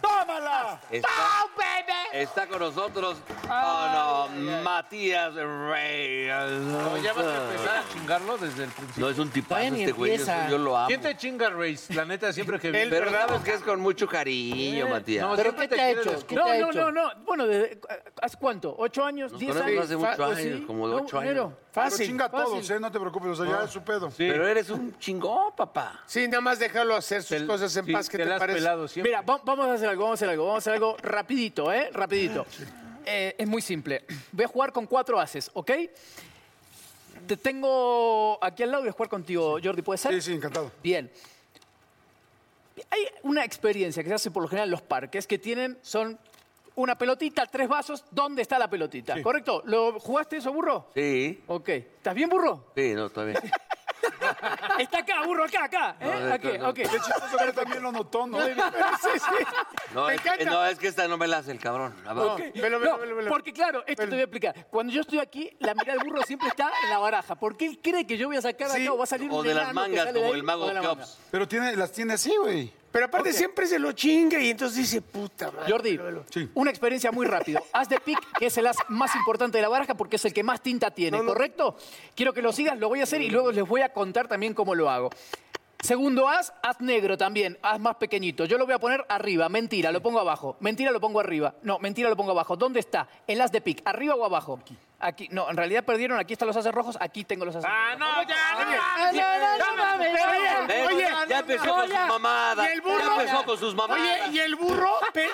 S6: ¡Tómala!
S2: Está, está con nosotros. Oh, no, Matías Reyes.
S3: ¿Ya vas a empezar a chingarlo desde el principio?
S2: No, es un tipazo
S5: Todavía ni
S2: este güey. Yo,
S5: empieza.
S2: yo lo amo.
S3: ¿Quién te chinga, Reis? La neta, siempre que...
S4: Él,
S2: Pero
S4: ¿verdad?
S2: sabes que es con mucho cariño, Matías.
S3: No,
S5: ¿Pero
S3: siempre
S5: qué te ha
S3: quiere
S5: hecho?
S3: des-
S5: ¿Qué
S9: No,
S5: te ha
S9: no,
S5: hecho?
S9: no, no. Bueno, desde- ¿hace cuánto? ¿Ocho años?
S2: Nos
S9: ¿Diez
S2: conocemos
S9: años?
S2: hace muchos
S9: Fa- pues
S2: años,
S9: sí.
S2: como de
S9: No,
S2: ocho
S9: enero.
S2: años.
S6: Pero
S4: Fácil.
S6: chinga a todos,
S9: fácil.
S6: ¿eh? No te preocupes, o sea, ya es su pedo.
S3: Sí.
S2: Pero eres un chingón, papá.
S4: Sí, nada más déjalo hacer sus
S3: Te-
S4: cosas en
S3: sí,
S4: paz, ¿qué te,
S3: la has
S4: parece?
S3: pelado siempre.
S9: Mira, va- vamos a hacer algo, vamos a hacer algo, vamos a hacer algo rapidito, ¿eh? Rapidito. Eh, es muy simple. Voy a jugar con cuatro haces, ¿ok? Te tengo aquí al lado y voy a jugar contigo, Jordi, ¿puede ser?
S6: Sí, sí, encantado.
S9: Bien. Hay una experiencia que se hace por lo general en los parques que tienen, son una pelotita, tres vasos, ¿dónde está la pelotita? ¿Correcto? ¿Lo jugaste eso, burro?
S2: Sí,
S9: Ok. ¿Estás bien, burro?
S2: sí, no, está bien.
S9: *laughs* Está acá, burro, acá, acá. ¿eh?
S2: No, de-
S9: Ok,
S2: no.
S9: ok.
S6: Qué chistoso que también lo notó, ¿no? *laughs*
S9: Sí, sí.
S2: No,
S4: Me
S2: es,
S4: encanta.
S2: no, es que esta no me la hace el cabrón. A ver.
S4: Velo, velo,
S9: No,
S4: velo, velo.
S9: porque claro, esto te voy a explicar. Cuando yo estoy aquí, la mirada del burro siempre está en la baraja, porque él cree que yo voy a sacar
S4: Sí,
S9: acá o va a salir
S2: O
S9: un
S2: de las
S9: enano que
S2: mangas,
S9: sale de
S2: como
S9: ahí,
S2: el mago
S9: o de la manga.
S2: Keops.
S6: Pero tiene, las tiene así, güey.
S4: Pero aparte siempre se lo chinga y entonces dice, puta madre.
S9: Jordi, una experiencia muy rápido. Haz de pick, que es el as más importante de la baraja porque es el que más tinta tiene, ¿correcto? Quiero que lo sigas, lo voy a hacer y luego les voy a contar también cómo lo hago. Segundo as, haz negro también, haz más pequeñito. Yo lo voy a poner arriba, mentira, lo pongo abajo. Mentira, lo pongo arriba. No, mentira, lo pongo abajo. ¿Dónde está? El as de pick, arriba o abajo. Aquí. No, en realidad perdieron, aquí están los haces rojos, aquí tengo los haces
S3: Ah,
S9: negros.
S3: no, ya,
S9: Ah, no, no, no, mames,
S2: ¿Ves?
S9: oye,
S2: ya empezó con sus mamadas.
S4: Y el burro.
S2: Ya empezó con sus mamadas.
S4: Oye, y el burro pe-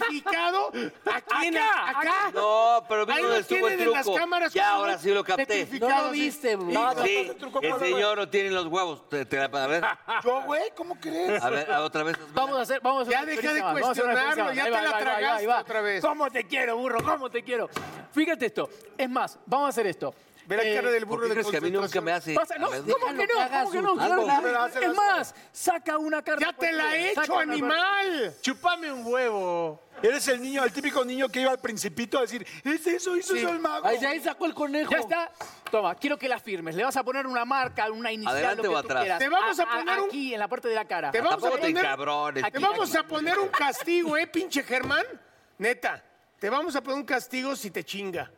S4: petrificado aquí en
S9: Acá,
S4: acá. acá.
S2: No, pero vi
S4: Ahí
S2: dónde
S4: lo
S2: estuvo el
S4: tienen en las
S2: truco.
S4: cámaras,
S2: Ya,
S4: ¿cómo
S2: ahora
S4: no?
S2: sí lo capté.
S4: Petrificado,
S5: No lo
S4: sí.
S5: viste, bro.
S2: Sí, el señor no tiene los huevos. Te, te la, a ver,
S6: Yo, güey, ¿cómo crees?
S2: a ver, a otra vez.
S9: Vamos a hacer, vamos a hacer
S4: Ya
S9: una
S4: deja
S9: experiencia
S4: de
S9: más, vamos a hacer una
S4: cuestionarlo,
S9: experiencia
S4: ya
S9: más. Ahí
S4: te la
S9: va, ahí va, ahí va, ahí
S4: tragaste
S9: va.
S4: otra vez.
S9: ¿Cómo te quiero, burro? ¿Cómo te quiero? Fíjate esto. Es más, vamos a hacer esto.
S4: Ve la
S9: Eh,
S4: cara del
S2: ¿por
S4: burro
S2: qué
S4: de
S2: crees que a mí nunca
S4: concentración.
S2: me hace-
S9: Pasa- no,
S2: a ver,
S9: ¿Cómo
S5: déjalo
S9: que no?
S5: que haga
S9: ¿Cómo que
S5: su
S9: no?
S5: algo.
S9: Claro.
S4: Pero hazela,
S9: Es más, saca una carta.
S4: ¡Ya te la he
S9: cualquiera.
S4: hecho,
S9: Saca una carta.
S4: animal!
S3: Chupame un huevo.
S6: Eres el niño, el típico niño que iba al principito a decir, es eso, hizo eso el mago.
S5: Ahí, de ahí sacó el conejo.
S9: Ya está. Toma, quiero que la firmes. Le vas a poner una marca, una inicial,
S2: Adelante
S9: lo que
S2: o
S9: tú
S2: atrás.
S9: quieras.
S4: Te vamos a poner un-
S9: Aquí, en la parte de la cara.
S4: Te vamos a
S2: Tampoco te
S4: poner,
S2: encabrones.
S4: te
S2: Aquí,
S4: vamos
S2: aquí.
S4: a poner un castigo, ¿eh, pinche Germán? Neta, te vamos a poner un castigo si te chinga.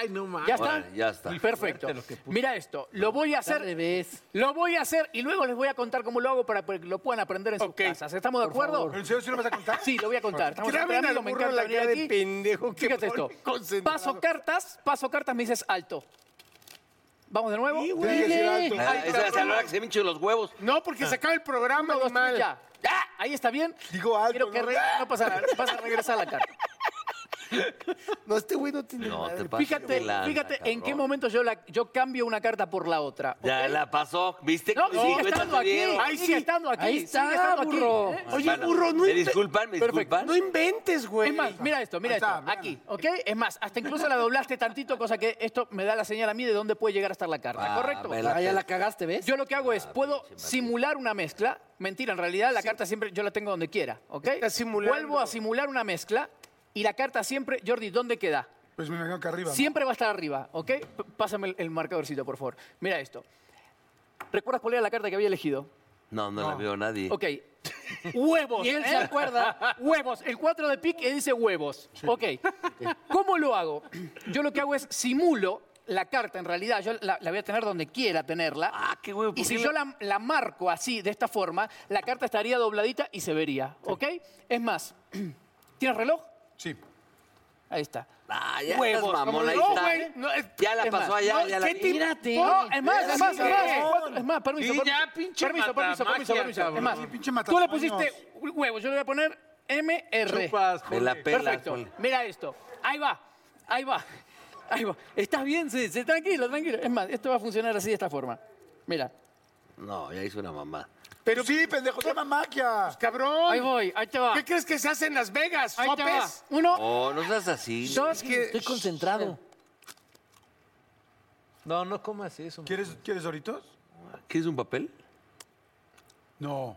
S3: Ay, no mames.
S9: Ya está.
S2: Órale, ya está.
S9: Perfecto. Mira esto. Lo voy a
S5: Está
S9: hacer.
S5: al revés.
S9: Lo voy a hacer y luego les voy a contar cómo lo hago para que lo puedan aprender en
S4: Ok.
S9: sus casas. ¿Estamos de acuerdo?
S6: ¿En serio sí lo vas a contar?
S9: Sí, lo voy a contar. Estamos
S4: Graben
S9: entre
S4: al
S9: amigos, me
S4: burro
S9: encanta
S4: la
S9: venir
S4: cara de
S9: aquí.
S4: pendejo que
S9: Fíjate
S4: pone
S9: esto.
S4: concentrado.
S9: Paso cartas, paso cartas, me dices alto. Vamos de nuevo.
S4: Sí, güey.
S6: Tienes que decir alto.
S2: Ah, Esa es la hora que se me hinchen los huevos.
S4: No, porque se acaba el programa,
S9: Uno, dos, tres,
S4: animal.
S9: ya. ¡Ah! Ahí está bien.
S6: Digo alto,
S9: Quiero que
S6: ¿no?
S9: re- no pasa nada. Vas a regresar la carta.
S4: No, este güey no tiene
S2: No, te
S4: madre.
S2: pases de
S9: Fíjate,
S2: lanza,
S9: fíjate en qué
S2: cabrón.
S9: momento yo, la- yo cambio una carta por la otra.
S2: Ya la pasó. ¿Viste?
S9: No,
S2: Sí,
S9: sigue
S2: cuéntate
S9: estando aquí.
S2: dinero.
S9: Ahí sigue
S4: sí.
S9: estando aquí.
S5: Ahí
S9: sigue
S5: está,
S9: estando aquí,
S5: burro.
S9: ¿eh?
S4: Oye,
S2: Bueno,
S4: burro, no
S2: Me
S4: inve-
S2: disculpan, me
S9: Perfecto.
S2: disculpan.
S4: No inventes, güey.
S9: Es más, mira esto, mira
S6: Ahí está,
S9: esto.
S6: mira.
S9: Aquí, ¿ok? Es más, hasta incluso la doblaste tantito, cosa que esto me da la señal a mí de dónde puede llegar a estar la carta,
S2: Ah,
S9: ¿correcto?
S2: me
S5: Ah, ya Pues la cagaste, ¿ves?
S9: Yo lo que hago es, puedo simular una mezcla. Mentira, en realidad la carta siempre yo la tengo donde quiera, ¿ok?
S4: Está simulando.
S9: Vuelvo a simular una mezcla y la carta siempre, Jordi, ¿dónde queda?
S6: Pues me imagino que arriba. ¿no?
S9: Siempre va a estar arriba, ¿ok? P- Pásame el, el marcadorcito, por favor. Mira esto. ¿Recuerdas cuál era la carta que había elegido?
S2: No, no la veo nadie.
S9: Ok. Huevos.
S5: Y él se acuerda.
S9: Huevos. El 4 de pique dice huevos. Ok. ¿Cómo lo hago? Yo lo que hago es simulo la carta, en realidad. Yo la, la voy a tener donde quiera tenerla.
S2: Ah, qué huevo, ¿por
S9: Y si
S2: qué
S9: yo
S2: la-
S9: la, la marco así, de esta forma, la carta estaría dobladita y se vería. ¿Ok? Es más, ¿tienes reloj?
S6: Sí.
S9: Ahí está.
S2: Ah, ya
S9: Huevos,
S2: estás mamón,
S9: como
S2: ahí
S9: no,
S2: está.
S9: güey, no, es-
S2: ya la
S9: es
S2: pasó
S9: más,
S2: allá,
S9: no,
S2: ya la...
S9: ¿qué te
S5: Mírate.
S9: No, es más, es más, es más.
S6: cabrón.
S9: cuatro- Es más, permiso.
S3: Sí,
S9: permiso.
S3: ya, pinche
S9: permiso, permiso, permiso,
S3: matamagia,
S9: permiso. Es
S3: cabrón.
S9: más,
S3: Sí,
S6: pinche
S9: tú le
S6: matamaños.
S9: pusiste huevo, yo le voy a poner MR.
S3: Chupas,
S2: Me la
S3: Jorge.
S2: pelas.
S9: Perfecto.
S2: Jorge.
S9: Mira esto. Ahí va. Ahí va. Ahí va. ¿Estás bien? Sí, sí, tranquilo, tranquilo. Es más, esto va a funcionar así de esta forma. Mira.
S2: No, ya hizo una mamá.
S6: Pero sí, pendejo, se llama magia.
S4: Cabrón.
S9: Ahí voy, ahí te va.
S4: ¿Qué crees que se hace en Las Vegas?
S9: Ahí te va.
S4: ¿Sopes? eh,
S9: Uno,
S2: Oh, no seas así.
S9: dos,
S5: Estoy concentrado.
S3: No, no comas eso.
S6: ¿Quieres, ¿Quieres doritos?
S2: ¿Quieres un papel?
S6: No.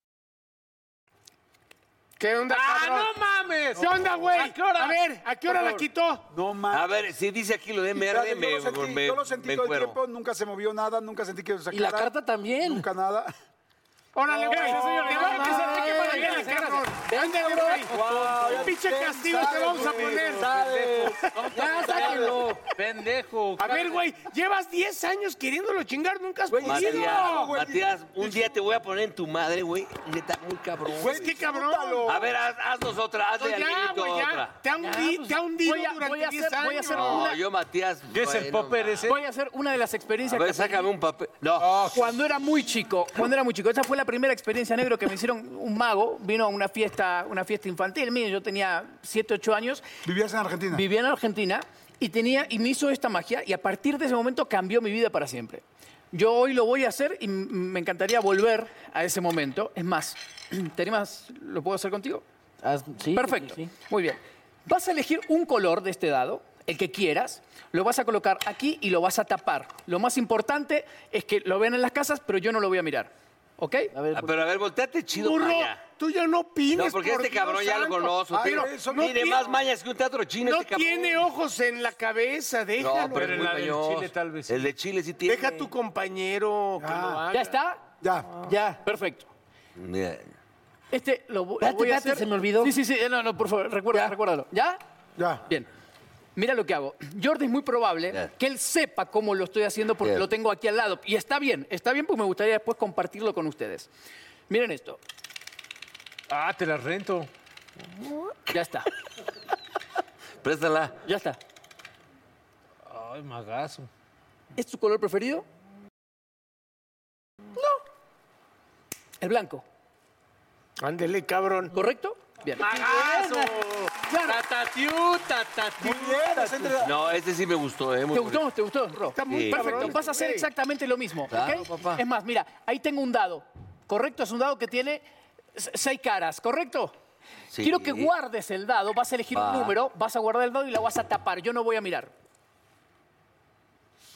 S4: ¿Qué onda,
S3: ¡Ah,
S4: cabrón?
S3: no mames!
S4: ¿Qué onda, güey?
S3: ¿A qué hora?
S4: A ver, ¿a qué hora la quitó?
S6: No mames.
S2: A ver, si dice aquí lo de
S6: Espérate,
S2: MR, me,
S6: yo lo sentí,
S2: me-
S6: yo lo sentí
S2: me
S6: todo
S2: encuero.
S6: el tiempo, nunca se movió nada, nunca sentí que lo
S5: Y la
S6: sacara,
S5: carta también.
S6: Nunca nada.
S4: Órale, güey.
S9: Gracias, señor.
S4: Te vamos a hacer que
S9: Ay,
S4: para bien,
S9: gracias,
S4: cabrón.
S5: gracias.
S4: Ándale,
S5: Venga,
S4: güey.
S6: Guau, ya
S4: Un pinche
S6: te
S4: castigo te
S6: sabes,
S4: vamos a
S6: güey,
S4: poner.
S6: sabes.
S5: Ya, sáquenlo.
S3: Pendejo.
S4: A ver, güey, llevas 10 años queriéndolo chingar, nunca has
S2: Matías,
S4: podido.
S2: Matías, un día te voy a poner en tu madre, güey. Neta, muy cabrón.
S6: Güey,
S4: Es que cabrón.
S6: disfrútalo.
S8: Oh.
S2: A ver, haz, haznos otra, hazle
S4: Pues ya,
S2: al
S4: güey, ya.
S2: otra.
S4: Te ha hundi-
S9: pues,
S4: te ha hundido
S9: voy a- voy a
S4: durante 10
S9: hacer- voy a
S4: años.
S9: hacer
S2: No,
S9: una-
S2: yo, Matías.
S3: ¿Qué es el
S2: bueno,
S3: popper
S2: ma-
S3: ese?
S9: Voy a hacer una de las
S2: A
S9: experiencias
S2: ver,
S9: que pasé
S2: sácame un papel. No. ah,
S9: cuando era muy chico. Cuando era muy chico. Esa fue la primera experiencia negro que me hicieron un mago. Vino a una fiesta, una fiesta infantil. Mire, yo tenía 7, 8 años.
S6: ¿Vivías en Argentina?
S9: Vivía en Argentina y, tenía, y me hizo esta magia y a partir de ese momento cambió mi vida para siempre. Yo hoy lo voy a hacer y m- me encantaría volver a ese momento. Es más, *clears throat* ¿te animas? ¿Lo puedo hacer contigo?
S5: Haz- Ah, sí,
S9: Perfecto.
S5: sí, sí.
S9: Muy bien. Vas a elegir un color de este dado, el que quieras, lo vas a colocar aquí y lo vas a tapar. Lo más importante es que lo vean en las casas, pero yo no lo voy a mirar. ¿ok?
S2: Ah, pero a ver, volteate chido
S9: Burro,
S2: para allá.
S4: Tú ya no opines.
S2: No, porque
S4: por
S2: este
S4: Dios
S2: cabrón ya lo
S4: santo.
S2: conozco.
S4: Ay,
S2: tiene
S4: no, eso no
S2: tiene
S4: tiene-
S2: más mañas que un teatro chino
S4: No
S2: este cabrón.
S4: tiene ojos en la cabeza, déjalo.
S2: No, pero, en la del Chile tal vez. El de Chile sí tiene.
S4: Deja a tu compañero que lo haga.
S9: ¿Ya está?
S6: Ya.
S9: Ya. Perfecto.
S2: Mira,
S9: Este lo, vo- lo
S5: Espérate,
S9: voy a
S5: espérate,
S9: hacer.
S5: se me olvidó.
S9: Sí, sí, sí. eh, No, no, por favor, recuerda, recuérdalo. ¿Ya?
S6: Ya.
S9: Bien. Mira lo que hago. Jordi es muy probable que él sepa cómo lo estoy haciendo porque
S2: Bien.
S9: lo tengo aquí al lado. Y está bien, está bien porque me gustaría después compartirlo con ustedes. Miren esto.
S3: Ah, te la rento.
S9: Ya está.
S2: Préstala.
S9: Ya está.
S3: Ay, magazo.
S9: ¿Es tu color preferido? No. El blanco.
S4: Ándele, cabrón.
S9: ¿Correcto? Bien.
S3: ¡Magazo!
S9: Claro.
S3: Tatatiu, tatatiu, tatatiu.
S2: No, este sí me gustó, ¿eh? Muy
S9: ¿Te
S2: bonito.
S9: gustó? ¿Te gustó? Ro?
S2: muy Sí.
S9: Perfecto.
S2: cabrón,
S9: Vas a hacer
S4: güey.
S9: exactamente lo mismo.
S2: Claro,
S9: ¿ok?
S2: papá.
S9: Es más, mira, ahí tengo un dado. ¿Correcto? Es un dado que tiene se- seis caras, ¿correcto?
S2: Sí.
S9: Quiero que guardes el dado, vas a elegir
S2: Va.
S9: un número, vas a guardar el dado y la vas a tapar. Yo no voy a mirar.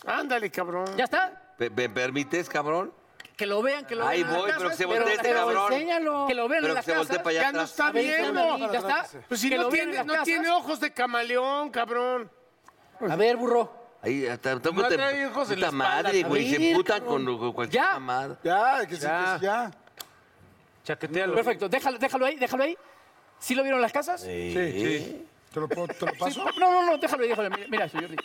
S4: Ándale, cabrón.
S9: ¿Ya está?
S2: ¿Me, me permites, cabrón?
S9: Que lo vean, que lo
S2: Ahí
S9: vean. en
S2: voy,
S9: las
S2: pero que se
S9: casas,
S2: voltee este
S9: pero-
S2: cabrón.
S5: Enséñalo.
S9: Que lo vean
S2: Pero
S9: en
S2: que
S9: las
S2: se voltee
S9: casas.
S2: para allá
S4: Ya no
S2: atrás.
S4: está viendo.
S9: ¿Ya está?
S4: Pues si
S9: Que
S4: no
S9: lo vean en
S4: tiene,
S9: las
S4: no
S9: casas.
S4: tiene ojos de camaleón, cabrón.
S5: A ver, burro.
S2: Ahí está. está-
S3: No
S2: te-
S3: trae hijos
S2: puta
S3: en la espalda,
S2: madre, güey. Se
S5: Javier,
S2: emputan
S5: cabrón.
S2: con, con cualquier
S9: Ya.
S2: mamada.
S6: Ya, que sí, que sí,
S3: Ya.
S6: ya.
S3: Chaquetealo.
S9: Perfecto, déjalo, déjalo ahí, déjalo ahí. ¿Sí lo vieron en las casas?
S2: Sí.
S6: ¿Te lo, puedo- te lo
S9: Sí,
S6: paso?
S9: No, no, no, déjalo ahí, déjalo ahí. Mira, Mira eso, Jordi.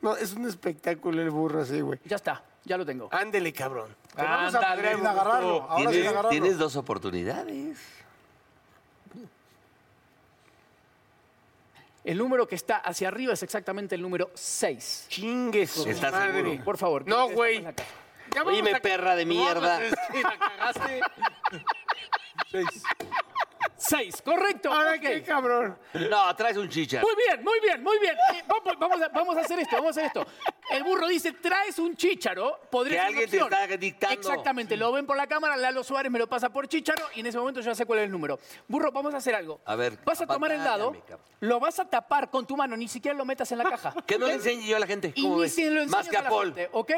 S4: No, es un espectáculo el burro así, güey. Ah,
S9: Ya está, ya lo
S2: Ah,
S9: tengo. Ah,
S4: Ándele, cabrón. Te vamos a
S3: Ándale.
S4: madrear,
S6: Sin agarrarlo. Ahora sin
S2: Tienes,
S6: agarrarlo.
S2: tienes dos oportunidades.
S9: El número que está hacia arriba es exactamente el número 6.
S4: Chingues.
S2: ¿Estás
S4: madre.
S2: seguro?
S9: Por favor.
S4: No,
S9: que-
S4: güey. Ya vamos
S5: Oíme,
S4: a-
S5: perra de mierda.
S4: Sí, la cagaste.
S6: Seis.
S9: 6, correcto.
S4: *laughs* Ahora
S9: ok.
S4: qué, cabrón.
S2: No, traes un chicha.
S9: Muy bien, muy bien, muy bien. Eh, vamos, vamos a, vamos a hacer esto, vamos a hacer esto. El burro dice, traes un chícharo, podría
S2: Que
S9: ser una
S2: alguien te
S9: opción.
S2: está dictando.
S9: Exactamente, lo ven por la cámara, Lalo Suárez me lo pasa por chícharo y en ese momento yo ya sé cuál es el número. Burro, vamos a hacer algo.
S2: A ver,
S9: Vas a tomar el dado,
S2: apantáñame, cabrón.
S9: lo vas a tapar con tu mano, ni siquiera lo metas en la caja.
S2: Que no le enseñe yo a la gente.
S9: Y
S2: ¿Cómo
S9: ni
S2: ves?
S9: se lo
S2: Más que
S9: enseñas
S2: a
S9: la
S2: Paul.
S9: gente, ¿ok?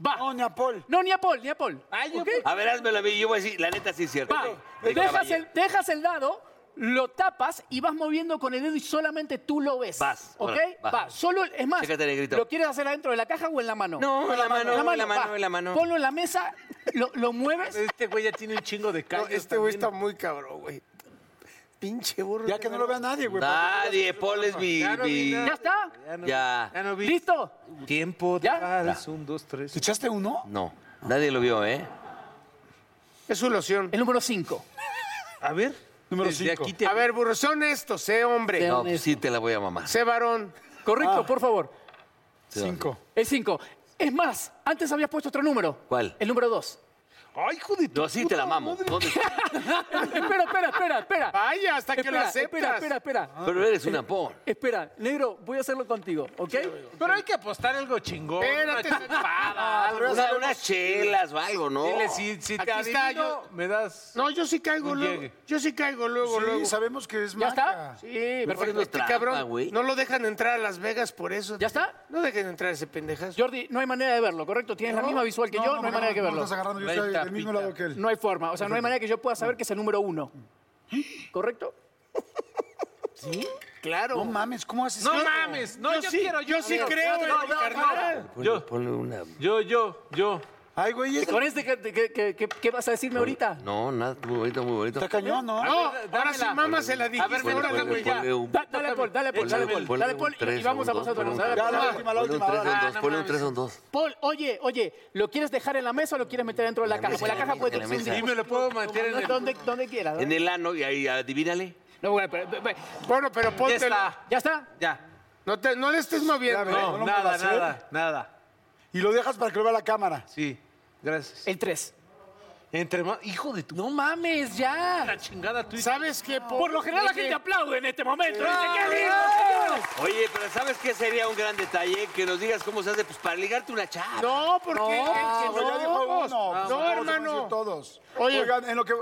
S9: Va.
S6: No, ni a Paul.
S9: No, ni a Paul, ni a Paul. ¿ok?
S2: A ver, házmelo a mí. Yo voy a decir, la neta sí es cierto.
S9: Va,
S2: De
S9: dejas
S2: caballero.
S9: el, dejas el dado, lo tapas y vas moviendo con el dedo y solamente tú lo ves.
S2: Vas,
S9: ¿Ok?
S2: órale, vas.
S9: Va, solo, es más,
S2: Chécate, negrito.
S9: ¿lo quieres hacer adentro de la caja o en la mano?
S2: No, en la mano, en la mano,
S9: va.
S2: en la mano.
S9: Ponlo en la mesa, lo, lo mueves.
S3: Este güey ya tiene un chingo de
S4: No,
S3: callos
S4: este güey está
S3: también.
S4: muy cabrón, güey. Pinche burro.
S6: Ya que no lo vea nadie, güey.
S2: Nadie, Paul es mi.
S3: Ya no vi
S2: mi-
S9: ¿Ya
S3: nada.
S9: está?
S3: Ya no,
S2: Ya.
S3: ya no vi.
S9: ¿Listo?
S3: Tiempo de
S9: ¿Ya?
S3: pares, un, dos, tres.
S6: ¿Te echaste uno?
S2: No, nadie lo vio, ¿eh?
S4: Es su loción.
S9: El número 5.
S3: A ver.
S6: Número
S3: desde
S6: cinco.
S3: aquí te-
S4: A ver, burro, sé honesto, sé hombre,
S5: Sé-
S2: No, pues sí te la voy a mamar.
S4: sé varón.
S9: Correcto, por favor.
S6: Cinco.
S9: El 5. Es más, antes habías puesto otro número.
S2: ¿Cuál?
S9: El número 2.
S3: Ay, hijo de tu
S2: No, sí te la
S3: puta
S2: mamo.
S3: madre.
S2: ¿Dónde está?
S9: espera, espera, espera, espera.
S4: Vaya, hasta que lo
S9: Espera,
S4: aceptas.
S9: espera, espera, espera.
S2: Pero eres una Paul.
S9: Espera, negro, voy a hacerlo contigo, ¿ok?
S3: Pero hay que apostar algo chingón.
S4: Espérate,
S3: una
S8: Ah,
S3: chupada, algo.
S2: O sea, unas chelas o algo, ¿no?
S3: Dile, si, si te
S4: Aquí está,
S3: adivino,
S4: yo-
S3: me das...
S4: No, yo sí caigo
S3: Un
S4: luego.
S3: llegue.
S4: Yo sí caigo luego,
S6: Sí,
S4: luego.
S6: sabemos que es
S9: ¿Ya
S6: magia.
S9: está?
S4: Sí,
S2: Mejor
S4: perfecto.
S2: no
S4: Este
S2: trampa,
S4: cabrón
S2: güey.
S4: no lo dejan entrar a Las Vegas por eso.
S9: ¿Ya está?
S4: No dejen entrar a ese pendejazo.
S9: Jordi, no hay manera de verlo, ¿correcto? Tienes la misma visual que yo, no hay manera que verlo.
S6: No, estás agarrando, yo
S3: Ahí
S6: estoy
S3: está,
S6: del mismo
S3: pita.
S6: lado que él.
S9: No hay forma, o sea, no hay manera que yo pueda saber que es el número uno. ¿Correcto?
S4: Claro.
S6: No mames, ¿cómo haces
S3: No
S6: eso?
S3: mames, no, yo,
S4: sí,
S3: quiero, yo,
S4: yo sí
S3: quiero.
S4: creo
S3: No,
S4: en
S3: no,
S4: mi
S3: no,
S4: carnal.
S3: no. Yo,
S2: Ponle una.
S3: yo, yo, yo.
S6: Ay, güey, es-
S9: ¿Con este qué, qué- qué- qué- qué vas a decirme ahorita?
S2: No, nada, muy bonito, muy bonito.
S6: está cañón, ¿no?
S4: No,
S3: A ver,
S4: ahora sí,
S3: dámela.
S4: mamá se la dijiste.
S3: ver,
S2: Ponle,
S3: ahora
S4: órale,
S2: ponle,
S8: Pues
S4: güey.
S2: pues,
S3: ya.
S2: ponle un-
S9: Da- dale, Paul, dale, Paul, dale,
S2: ponle un-
S9: Paul, dale, Paul,
S2: ponle un
S9: y
S2: tres,
S9: vamos a
S2: un dos,
S9: pasar otro.
S2: ponle un
S9: Dale,
S2: tres.
S6: Ya, la
S9: Paul.
S6: última, la
S2: Ponle un
S6: última.
S2: tres,
S6: ahora.
S2: un
S3: Ah,
S2: dos,
S3: no
S2: ponle un
S3: mames.
S2: tres, un dos.
S9: Paul, oye, oye, ¿lo quieres dejar en la mesa o lo quieres meter dentro de la
S2: la
S9: caja?
S2: mesa,
S9: Porque la
S2: en
S9: caja
S2: la
S9: puede
S2: mesa, en la
S9: tener un
S3: Y
S2: mesa.
S3: me lo puedo meter en
S9: día.
S3: el...
S9: Donde, donde quieras.
S2: En
S9: ¿no?
S2: el ano, y ahí adivínale.
S9: No, bueno, pero- pero- pero-
S4: Bueno, pero
S3: Ya
S4: póntelo.
S3: está,
S9: ¿Ya está?
S3: ya.
S4: No, te, no le estés moviendo.
S3: No,
S6: no lo puedo
S3: nada,
S6: hacer.
S3: nada, nada.
S6: Y lo dejas para que lo vea la cámara.
S3: Sí, gracias.
S9: El 3.
S3: Entre más... Hijo de tu...
S9: No mames, ya.
S3: La chingada tú
S4: ¿Sabes qué? Paul?
S9: Por lo general la gente aplaude en este momento. Dice, ¡qué lindo, señores!
S2: Oye, pero ¿sabes qué sería un gran detalle? Que nos digas cómo se hace, pues para ligarte una chava.
S4: No, porque...
S9: No,
S4: el que
S6: Pues ya dijo uno.
S4: no,
S6: pues todos, vamos a decir
S4: hermano.
S6: Todos.
S4: Oye.
S6: Oigan, en lo que...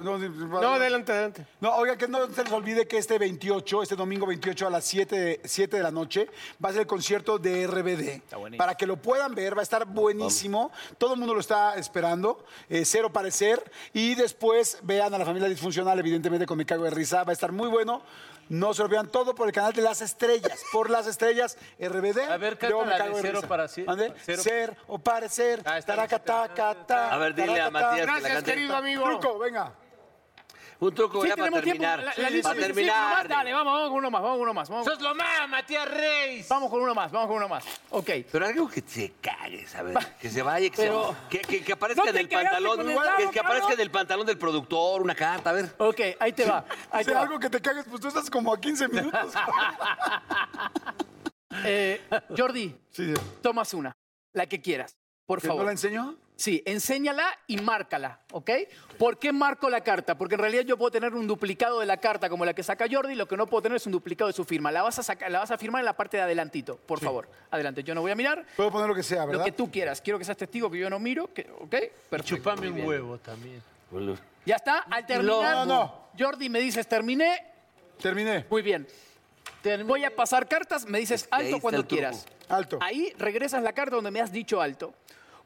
S6: No, sí, para-
S4: No, adelante, adelante.
S6: No, oiga, que no se les olvide que este 28, este domingo 28 a las 7 de, 7 de la noche, va a ser el concierto de RBD.
S1: buenísimo.
S6: Para que lo puedan ver, va a estar buenísimo. Todo el mundo lo está esperando. eh, cero parecer. Y después vean a la familia disfuncional, evidentemente, con mi cago de risa. Va a estar muy bueno. No se lo vean todo por el canal de las estrellas. Por las estrellas, RBD.
S10: A ver, cántala
S6: luego Me
S10: de
S6: Cago en
S10: Cero
S6: Risa.
S10: para Sie-
S6: ¿Mande?
S10: Cero- Ah,
S6: Ser o parecer. Taraca, taca, ta,
S2: A ver, dile a
S6: taraca, ta.
S2: Matías que la Gracias, cante. querido amigo.
S6: Truco, venga.
S2: Un truco ya para terminar.
S9: La,
S2: para
S9: la lista sí, sí, uno
S2: terminar.
S9: más, dale, vamos, vamos con uno más, vamos con uno más. Vamos. ¡Sos lo más, Matías Reyes! Vamos con uno más, vamos con uno más. Ok.
S2: Pero algo que se cague, ¿sabes?
S9: Va.
S2: Que se vaya, que, se-
S9: Pero-
S2: que, que- que aparezca
S9: No te
S2: en el
S9: cagaste
S2: pantalón.
S9: con el lado,
S2: que, que aparezca
S9: cabrón.
S2: en el pantalón del productor, una carta, a ver.
S9: Ok, ahí te va. Ahí
S6: Si
S9: te va.
S6: algo que te cagues, pues tú estás como a 15 minutos.
S10: *laughs*
S9: Eh, Jordi, tomas una, la que quieras, por
S6: ¿Que
S9: favor.
S6: no la enseño?
S9: Sí, enséñala y márcala, ¿ok? ¿Por qué marco la carta? Porque en realidad yo puedo tener un duplicado de la carta como la que saca Jordi, lo que no puedo tener es un duplicado de su firma. La vas a, saca- la vas a firmar en la parte de adelantito, por favor. Adelante, yo no voy a mirar.
S6: Puedo poner lo que sea,
S9: Lo
S6: ¿verdad?
S9: que tú quieras. Quiero que seas testigo que yo no miro, que- ¿ok? Perfecto.
S3: Chupame un huevo también.
S9: Ya está, al terminar.
S3: No,
S9: Jordi me dices, terminé.
S6: Terminé.
S9: Muy bien. Te- voy a pasar cartas, me dices
S6: ahí
S9: alto
S6: está
S9: cuando
S6: el truco.
S9: quieras.
S6: Alto.
S9: Ahí regresas la carta donde me has dicho alto.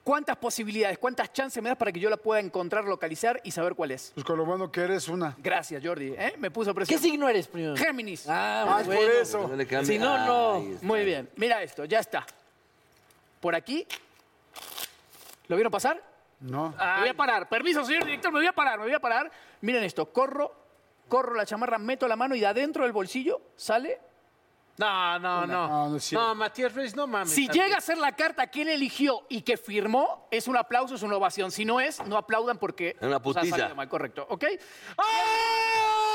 S9: ¿Cuántas posibilidades, cuántas chances me das para que yo la pueda encontrar, localizar y saber cuál es?
S6: Pues con lo bueno que eres una.
S9: Gracias, Jordi. ¿eh? Me puso presión. ¿Qué signo eres primero? Géminis.
S6: Ah, es bueno. por eso. No le cambie.
S9: Si no, no.
S6: Ahí está.
S9: Muy bien. Mira esto, ya está. Por aquí. ¿Lo vieron pasar?
S6: No.
S9: Me voy a parar. Permiso, señor director, me voy a parar, me voy a parar. Miren esto, corro, corro la chamarra, meto la mano y de adentro del bolsillo sale.
S3: No, no,
S9: Una.
S3: no.
S9: No,
S3: No,
S9: no es cierto.
S3: Matías Reyes, no mames.
S9: Si
S3: también.
S9: llega a ser la carta que él eligió y que firmó, es un aplauso, es una ovación. Si no es, no aplaudan porque
S2: Es una
S9: pues, ha
S2: putiza.
S9: salido mal, correcto, ¿ok?
S3: ¡Ah!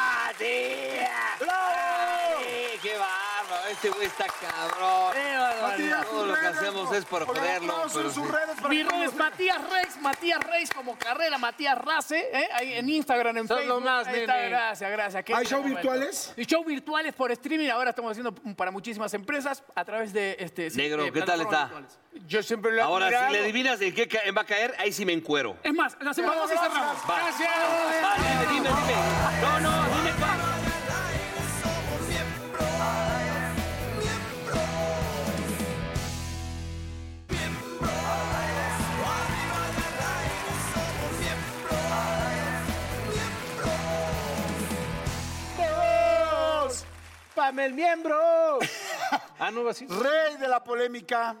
S2: ¡Matías! ¡Bravo! ¡Qué bárbaro! Este güey está cabrón.
S9: barbaridad.
S2: Todo lo que
S9: Matías,
S2: hacemos es por joderlo. pero sí.
S9: Mi red es Matías Rex, Matías Reis como carrera, Matías Race, ¿eh? Ahí en Instagram, en
S3: Sos lo
S9: Facebook.
S3: más,
S9: Ahí está,
S3: nene.
S9: gracias, gracias.
S3: ¿Hay
S9: lindo
S3: show
S9: momento.
S3: virtuales?
S9: Y show virtuales por streaming, ahora estamos haciendo para muchísimas empresas a través de este. sí,
S2: Negro,
S9: de
S2: ¿qué tal
S9: plataformas
S2: está?
S9: virtuales.
S4: Yo siempre lo he
S2: Ahora, si
S4: admirado.
S2: le adivinas en qué ca- en va a caer, ahí sí me encuero.
S9: Es más, lo hacemos dos y cerramos.
S2: Va.
S9: Gracias.
S2: Dime, dime. No, no, dime cuál.
S6: ¡Vamos!
S3: ¡Pame el miembro!
S6: ah, no, así. Rey de la polémica.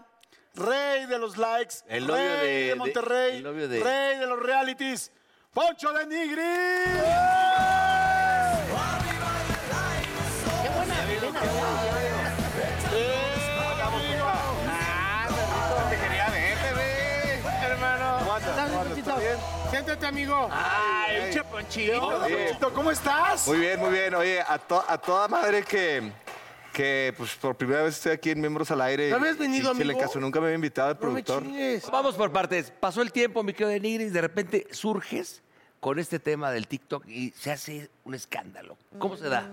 S6: Rey de los likes.
S2: El novio
S6: rey
S2: de- de-
S6: Monterrey.
S2: el novio de-
S6: Rey de los realities. ¡Poncho de Nigri!
S1: ¡Qué buena melena!
S4: Te quería verte, güey. Hermano. ¿Estás bien? Siéntate, amigo. Ay,
S8: Ay.
S4: chaponchito.
S8: Hola, Ponchito,
S6: ¿cómo estás?
S8: Muy bien, muy bien. Oye, a, to- a toda madre que, que pues, por primera vez estoy aquí en Miembros al Aire.
S2: ¿No habías venido,
S8: Y Chile
S2: amigo?
S8: Caso, nunca me había invitado el productor.
S2: Vamos por partes. Pasó el tiempo, mi querido de Nigris, de repente surges con este tema del TikTok y se hace un escándalo. ¿Cómo se da?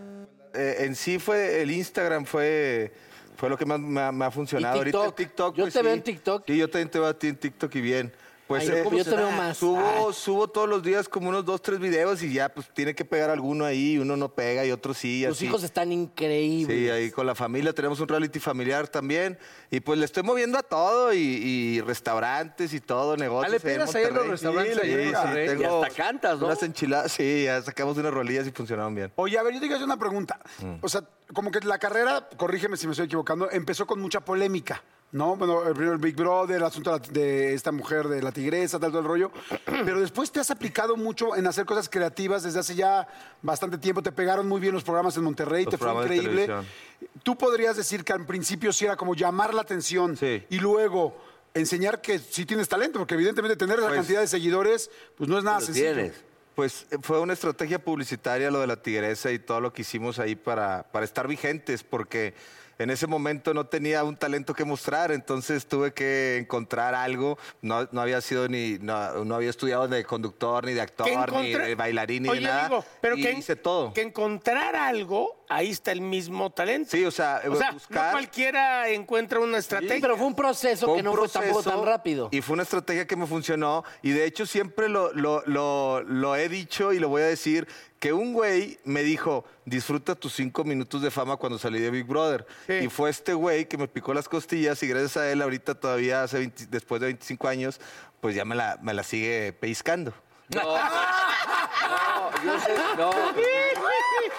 S8: Eh, en sí fue, el Instagram fue... Fue lo que más me ha, me ha funcionado.
S2: ¿Y
S8: Ahorita el
S2: TikTok?
S8: TikTok.
S2: Yo te veo en
S8: TikTok. Sí, yo también te veo a ti en TikTok y bien. Pues
S5: Ay, no, ¿cómo
S8: yo
S5: yo te veo más.
S8: Subo, subo todos los días como unos dos, tres videos y ya pues tiene que pegar alguno ahí, uno no pega y otro sí. y
S5: Tus
S8: así.
S5: hijos están increíbles.
S8: Sí, ahí con la familia tenemos un reality familiar también. Y pues le estoy moviendo a todo y, y restaurantes y todo, negocios.
S2: le pegas ahí a los restaurantes
S8: Sí,
S2: ahí en
S8: sí,
S2: Monterrey.
S8: tengo
S2: Y hasta cantas, ¿no?
S8: Unas enchiladas, sí, ya sacamos unas rolillas y funcionaron bien.
S6: Oye, a ver, yo te quiero hacer una pregunta.
S8: Mm.
S6: O sea, como que la carrera, corrígeme si me estoy equivocando, empezó con mucha polémica, ¿no? Bueno, el primer Big Brother, el asunto de la- de esta mujer de la tigresa, tal, todo
S8: *clears throat*
S6: el rollo. Pero después te has aplicado mucho en hacer cosas creativas desde hace ya bastante tiempo. Te pegaron muy bien los programas en Monterrey,
S8: Los
S6: te fue
S8: programas de
S6: increíble.
S8: televisión.
S6: Tú podrías decir que al principio sí era como llamar la atención y luego enseñar que sí tienes talento, porque evidentemente tener esa
S8: Pues-
S6: cantidad de seguidores, pues no es nada sencillo.
S8: Pues eh, fue una estrategia publicitaria lo de la tigresa y todo lo que hicimos ahí para, para estar vigentes, porque en ese momento no tenía un talento que mostrar, entonces tuve que encontrar algo. No, no había sido ni, no, no había estudiado de conductor, ni de actor, ni
S4: encontra-
S8: de bailarín, ni
S4: Oye,
S8: de nada.
S4: amigo, pero
S8: y
S4: que en-
S8: hice todo.
S4: Que encontrar algo ahí está el mismo talento.
S8: Sí, o sea, eh,
S4: o sea
S8: buscar-
S4: no cualquiera encuentra una estrategia.
S8: pero fue
S5: un proceso
S8: Fue un proceso Y fue una estrategia que me funcionó. Y de hecho, siempre lo, lo- lo- lo he dicho y lo voy a decir: que un güey me dijo, disfruta tus cinco minutos de fama cuando salí de Big Brother. Y fue este güey que me picó las costillas. Y gracias a él, ahorita todavía, hace 20 después de 25 años, pues ya me la, me la sigue pellizcando.
S2: Yo sé- no.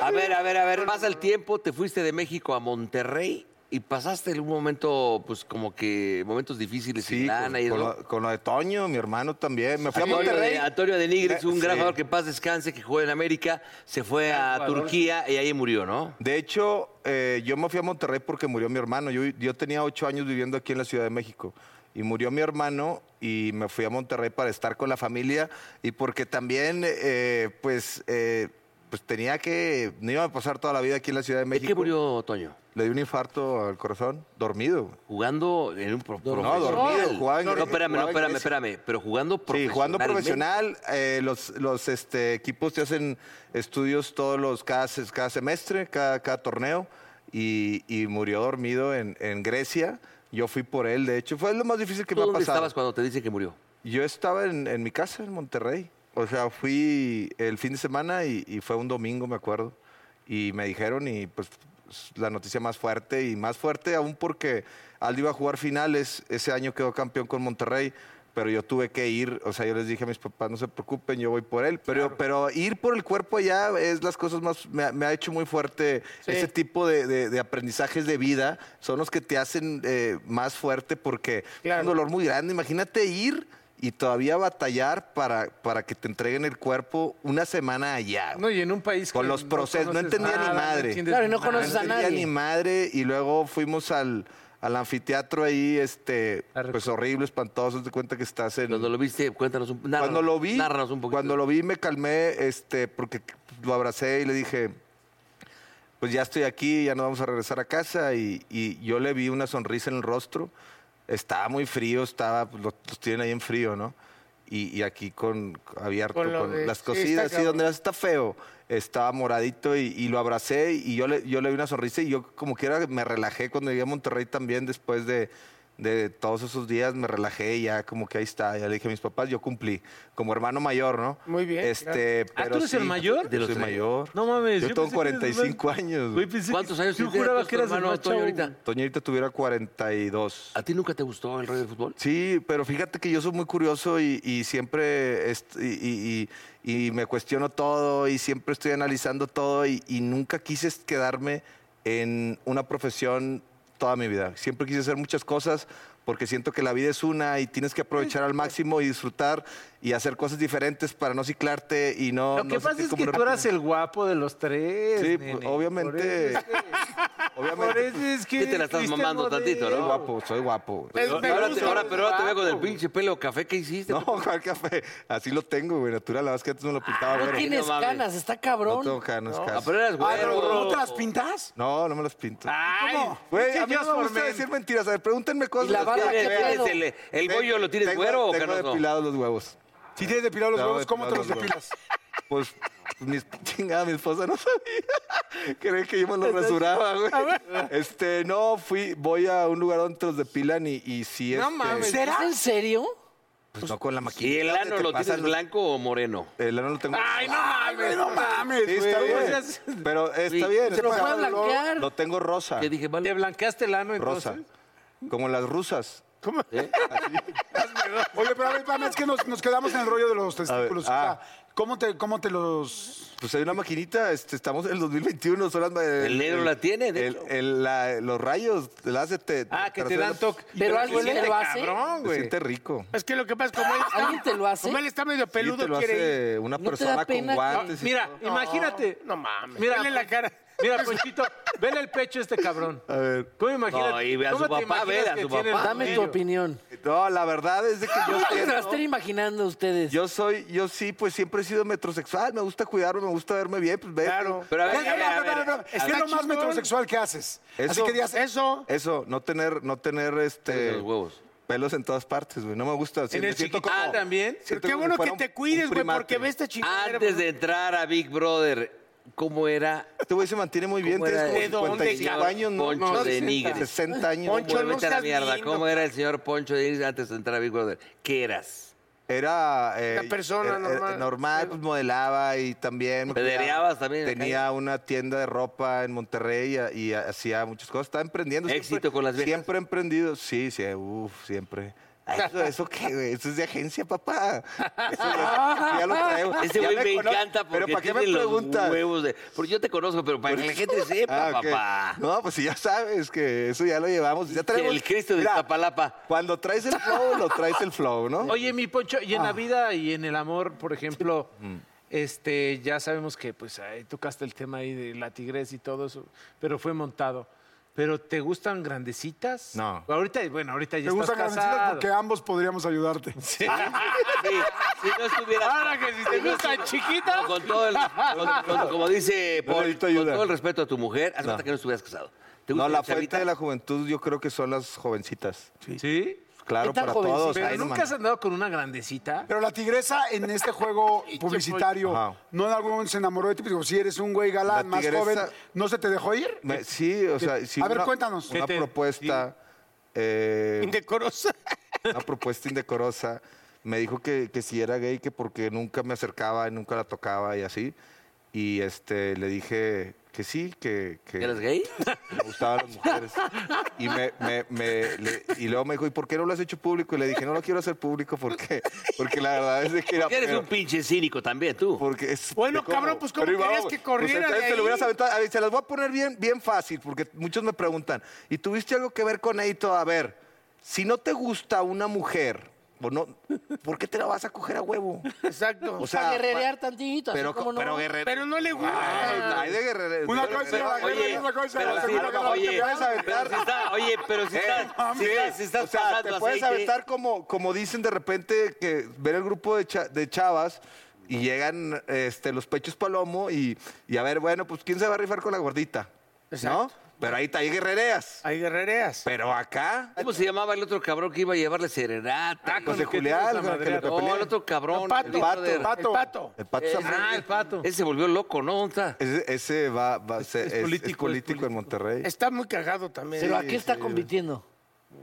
S2: A ver, a ver, a ver, pasa el tiempo, te fuiste de México a Monterrey y pasaste un momento, pues como que momentos difíciles sin lana y
S8: con,
S2: eso.
S8: lo, con lo de Toño, mi hermano también. Me fui a
S2: Antonio
S8: Monterrey.
S2: de- Antonio de Nigris, un
S8: Eh,
S2: gran
S8: sí.
S2: jugador que en paz descanse, que jugó en América, se fue a
S8: jugador.
S2: Turquía y ahí murió, ¿no?
S8: De hecho, eh, yo me fui a Monterrey porque murió mi hermano. Yo, yo tenía ocho años viviendo aquí en la Ciudad de México. Y murió mi hermano y me fui a Monterrey para estar con la familia y porque también, eh, pues, eh, pues tenía que, no iba a pasar toda la vida aquí en la Ciudad de México.
S2: qué murió Toño?
S8: Le dio un infarto al corazón, dormido.
S2: Jugando en un
S8: No, dormido, jugaba en
S2: No, espérame, no,
S8: jugaba en
S2: espérame,
S8: Grecia.
S2: espérame. Pero jugando
S8: Sí,
S2: profesional.
S8: jugando profesional, eh, los, los este, equipos te hacen estudios todos los cada, se- cada semestre, cada, cada torneo, y, y murió dormido en, en Grecia. Yo fui por él, de hecho, fue lo más difícil que
S2: ¿Tú
S8: me ha
S2: dónde
S8: pasado.
S2: estabas cuando te dicen que murió?
S8: Yo estaba en, en mi casa en Monterrey, o sea, fui el fin de semana y, y fue un domingo, me acuerdo, y me dijeron y pues la noticia más fuerte y más fuerte aún porque Aldo iba a jugar finales, ese año quedó campeón con Monterrey, pero yo tuve que ir, o sea, yo les dije a mis papás, no se preocupen, yo voy por él, pero, pero ir por el cuerpo allá es las cosas más, me, ha- me ha hecho muy fuerte ese tipo de, de- de aprendizajes de vida, son los que te hacen eh, más fuerte porque es un dolor muy grande, imagínate ir y todavía batallar para, para que te entreguen el cuerpo una semana allá.
S3: No, y en un país
S8: Con
S3: que
S8: los
S3: no
S8: procesos, no
S3: conoces
S8: entendía
S3: nada,
S8: ni
S3: no
S8: madre.
S3: entiendes Claro, y no nada. conoces a
S8: entendía
S3: nadie.
S8: ni madre. Y luego fuimos al, al anfiteatro ahí, este, pues horrible, espantoso, te cuenta que estás en... Cuando
S2: lo viste, cuéntanos un poquito.
S8: Cuando lo vi,
S2: Nárranos un poquito.
S8: cuando lo vi me calmé, este, porque lo abracé y le dije, pues ya estoy aquí, ya no vamos a regresar a casa. Y, y yo le vi una sonrisa en el rostro. Estaba muy frío, estaba, pues, los, los tienen ahí en frío, ¿no? Y, y aquí con abierto,
S2: Con
S8: con,
S2: lo de-
S8: las
S2: sí,
S8: cosidas,
S2: está
S8: sí,
S2: cabrón.
S8: donde está feo. Estaba moradito y, y lo abracé y yo le, yo le vi una sonrisa y yo como quiera me relajé cuando llegué a Monterrey también después de, de todos esos días, me relajé y ya como que ahí está. Ya le dije a mis papás, yo cumplí, como hermano mayor, ¿no?
S4: Muy bien,
S8: Este,
S4: claro.
S3: Ah,
S8: pero
S3: ¿tú eres el
S8: sí,
S3: mayor?
S8: Yo soy
S3: tres.
S8: mayor.
S3: No mames.
S8: Yo tengo
S3: pensé que eras
S8: 45
S3: más-
S8: años.
S3: Güey, pensé que-
S2: ¿Cuántos años
S3: Yo
S2: tiene
S3: juraba
S2: tu
S3: que eras el
S2: hermano
S3: más
S2: Toño
S3: chavo.
S2: ahorita?
S8: Toñita tuviera 42.
S2: ¿A ti nunca te gustó el rollo del fútbol?
S8: Sí, pero fíjate que yo soy muy curioso y, y siempre est- y, y- y- y me cuestiono todo y siempre estoy analizando todo y, y nunca quise quedarme en una profesión toda mi vida. Siempre quise hacer muchas cosas porque siento que la vida es una y tienes que aprovechar al máximo y disfrutar y hacer cosas diferentes para no ciclarte y no...
S3: Lo que
S8: no
S3: pasa
S8: sentir
S3: es
S8: como
S3: que
S8: una
S3: tú eras el guapo de los tres.
S8: Sí,
S3: nene.
S8: pues, obviamente. *laughs*
S3: Por eso es que.
S2: te la estás
S3: fuiste
S2: mamando
S3: modelo.
S2: tantito,
S8: Soy
S2: no?
S8: guapo, soy guapo.
S2: Pero ahora, te, ahora- pero ahora te veo con el pinche pelo café que hiciste.
S8: No, *laughs* ¿cuál café? Así lo tengo, güey, natural. La que antes no lo pintaba.
S2: Ah,
S5: No
S8: güero.
S5: tienes
S8: mames.
S5: canas, está cabrón.
S8: No tengo canas,
S5: No.
S8: canas.
S5: Ah, pero eres güero. Ah, pero ¿no te las
S8: pintas? No, no me las pinto.
S2: Ah,
S3: ¿Cómo?
S8: Güey,
S3: pinche
S8: a mí no
S3: Just
S8: me
S3: for
S8: gusta
S3: Men.
S8: decir mentiras. A ver, pregúntenme cosas.
S3: ¿Y la
S8: Las
S3: barba
S8: quiero
S3: qué
S8: ver.
S3: pedo?
S2: ¿El- el bollo lo tienes
S8: tengo-
S2: güero o
S8: Tengo
S2: canoso?
S8: depilados los huevos.
S6: Si tienes depilados los
S8: Tengo
S6: huevos, ¿cómo te los
S8: depilados
S6: depilas?
S8: Pues, mi, *laughs* chingada, mi esposa no sabía. *laughs* Creí que yo me los rasuraba, güey.
S6: A ver.
S8: Este, no, fui, voy a un lugar donde te los depilan y, y sí,
S5: No
S8: este,
S5: mames. ¿Es en serio?
S8: Pues no con la maquinita.
S2: ¿Y el
S8: ¿dónde
S2: ano
S8: te
S2: lo
S8: pasas?
S2: tienes blanco o moreno?
S8: El ano lo tengo. Ah,
S2: ¡Ay, no mames!
S8: no mames, Sí, está
S2: güey.
S8: bien.
S2: O sea,
S8: Pero está
S2: sí.
S8: bien.
S2: ¿Se lo
S8: está
S2: puede
S8: bien.
S2: blanquear?
S8: Lo tengo rosa.
S2: ¿Qué dije, vale?
S3: ¿Te blanqueaste el ano
S8: Rosa. Como las rusas.
S6: ¿Cómo? Oye, pero a ver, espérame, es que nos, nos quedamos en el rollo de los testículos. O
S8: ah.
S6: sea, ¿Cómo te, ¿Cómo te los...?
S8: Pues hay una maquinita, este, estamos en el 2021, son las...
S2: El negro la tiene, de
S8: el- el- la- los rayos, el hace te...
S3: Ah, que te
S8: terceros.
S3: dan toque. Pero Pero alguien se siente te lo hace. cabrón, güey.
S8: Se siente rico.
S4: Es que lo que pasa es como él está, Como él está medio peludo,
S8: Sí, te lo
S4: quiere
S8: hace
S4: ir.
S8: una persona con guantes. y
S3: Mira,
S8: todo.
S3: imagínate.
S4: No mames.
S3: Mira,
S4: Vele la cara.
S3: Mira, Ponchito, vele el pecho a este cabrón.
S8: A ver.
S3: ¿Cómo imaginas?
S2: No, y ve a
S3: ¿cómo
S2: su
S3: te
S2: papá,
S3: imaginas
S2: ve a
S3: que
S2: su
S3: tiene el
S2: papá.
S5: Dame tu
S3: cabello?
S5: opinión.
S8: No, la verdad es de que yo...
S5: ¿Cómo se
S8: siento-
S5: la están imaginando ustedes?
S8: Yo soy, yo sí, pues siempre he sido metrosexual, me gusta cuidarme, me gusta verme bien, pues ve. Claro.
S2: Pero a ver,
S6: Espera,
S2: a ver,
S6: espera,
S2: a ver,
S6: espera, espera.
S2: a ver.
S6: Es que es lo más metrosexual que haces. Así que digas,
S4: eso.
S8: Eso, no tener, no tener este.
S2: los huevos.
S8: Pelos en todas partes, güey. No me gusta. Sí,
S3: ¿En
S8: me
S3: el
S8: siento
S3: chiquitán
S2: Ah,
S8: como-
S3: también?
S8: siento
S4: Qué
S8: como
S4: bueno
S8: si fuera
S4: que
S8: un-
S4: te cuides,
S8: un
S4: güey,
S8: primate.
S4: pues, porque ve esta chingadera.
S2: Antes de entrar a Big Brother, cómo era.
S8: Este güey se mantiene muy bien, tienes como 55 años, ¿no?
S2: Poncho
S8: No,
S2: de Nigre.
S8: 60 años.
S2: Poncho,
S8: güey.
S2: no vete a la mierda. ¿Cómo era el señor Poncho de Nigre antes de entrar a Big Brother? ¿Qué eras?
S8: Era. eh,
S2: Una persona normal.
S8: normal, pues modelaba y también. me
S2: Pedereabas
S8: cuidaba.
S2: también en la
S8: Tenía una tienda de ropa en Monterrey y, y hacía muchas cosas. Estaba emprendiendo. Éxito con las viejas. Siempre emprendido. Sí, sí, uff, siempre. Ah, ¿Eso, ¿Eso qué, güey? Eso es de agencia, papá. Eso
S2: *laughs*
S8: ya, ya lo traigo.
S2: Ese
S8: Ya
S2: güey
S8: me
S2: me
S8: conoce.
S2: encanta porque
S8: Pero ¿para qué me
S2: tiene los
S8: preguntas?
S2: huevos de- Porque yo te conozco, pero para que la
S8: *laughs*
S2: gente sepa,
S8: Ah, ok.
S2: papá.
S8: No, pues si ya sabes que eso ya lo llevamos. Ya traemos,
S2: el Cristo de
S8: Iztapalapa. Cuando traes el flow, lo traes el flow, ¿no?
S3: Oye, mi Poncho, y en
S8: Ah.
S3: la vida y en el amor, por ejemplo, este, ya sabemos que pues ahí tocaste el tema ahí de la tigresa y todo eso, pero fue montado. ¿Pero te gustan grandecitas?
S6: No.
S3: Ahorita, bueno, ahorita ya
S6: Me
S3: estás
S6: gusta
S3: casado.
S6: porque ambos podríamos ayudarte.
S2: *laughs* Si no estuviera.
S3: Ahora que si te gustan chiquitas.
S2: Con todo el, con- con- como
S8: *laughs*
S2: dice Paul, con todo el respeto a tu mujer, hace
S8: No.
S2: falta que no estuvieras casado. ¿Te gusta
S8: No, la
S2: una chavita?
S8: fuente de la juventud yo creo que son las jovencitas.
S3: ¿Sí?
S8: Claro, para todos.
S3: Pero
S8: Ay, no
S3: nunca
S8: mames.
S3: has andado con una grandecita.
S6: Pero la tigresa en este
S8: *laughs*
S6: juego publicitario,
S8: Ajá.
S6: ¿no en algún momento se enamoró de ti? Pues Digo, si eres un güey galán
S8: La
S6: más
S8: tigresa-
S6: joven, ¿no se te dejó ir?
S8: Me- sí, o sea, sí,
S6: A ver,
S8: una-
S6: cuéntanos.
S8: Una propuesta. eh,
S4: indecorosa.
S8: Una propuesta indecorosa. Me dijo que, que si era gay, que porque nunca me acercaba y nunca la tocaba y así. Y este le dije que sí, que. que
S2: ¿Eres
S8: *laughs*
S2: gay?
S8: Me gustaban las mujeres. Y, me, me- me- le- y luego me dijo, ¿y por qué no lo has hecho público? Y le dije, no lo quiero hacer público porque, porque la verdad es de que era.
S2: Porque eres un pinche cínico también, tú.
S8: Porque es,
S2: Bueno,
S8: ¿cómo?
S2: cabrón, pues, ¿cómo
S8: Pero ahí
S2: querías
S8: vamos.
S2: que corriera
S8: entonces
S2: de
S8: te lo
S2: ahí?
S8: hubieras aventado. A ver, se las voy a poner bien, bien fácil, porque muchos me preguntan, ¿y tuviste algo que ver con Eito? A ver, si no te gusta una mujer, o no, ¿por qué te la vas a coger a huevo?
S4: Exacto.
S8: O sea,
S5: para guerrerear tantito, así
S8: pero,
S5: como no.
S8: pero guerrero.
S4: Pero no le
S9: Ah,
S8: gusta. Ay, de guerrero.
S4: Una
S8: Pero
S4: cosa
S8: guerrero.
S4: era guerrero,
S8: Oye,
S4: otra cosa
S8: pero
S4: era
S8: sí,
S4: seguro que no,
S8: oye,
S4: te vas a
S8: pero
S4: aventar.
S8: si está-
S2: Oye, pero si
S8: Eh,
S2: estás, si
S8: sí.
S2: estás, si estás
S8: O sea,
S2: pasando
S8: te puedes
S2: aceite-
S8: aventar como, como dicen de repente que ver el grupo de, cha- de chavas y llegan este, los pechos palomo y, y a ver, bueno, pues ¿quién se va a rifar con la gordita? ¿No? Pero ahí, ahí guerrereas.
S4: Ahí guerrereas.
S8: Pero acá...
S2: ¿Cómo se llamaba el otro cabrón que iba a llevarle serenata?
S8: Ah, José Julián, con el que le
S2: No, el
S8: peleé.
S2: otro cabrón.
S8: El pato,
S2: Big
S8: pato,
S2: Brother.
S8: el pato. El pato. El pato
S2: Eh,
S8: Zambrano.
S2: ah, el pato. Ese se volvió loco, ¿no? ¿Onta?
S8: Ese, ese va, va a ser- es, es político,
S2: político, es
S8: en Monterrey.
S4: Está muy cagado también.
S8: Pero ¿a qué está
S4: convirtiendo?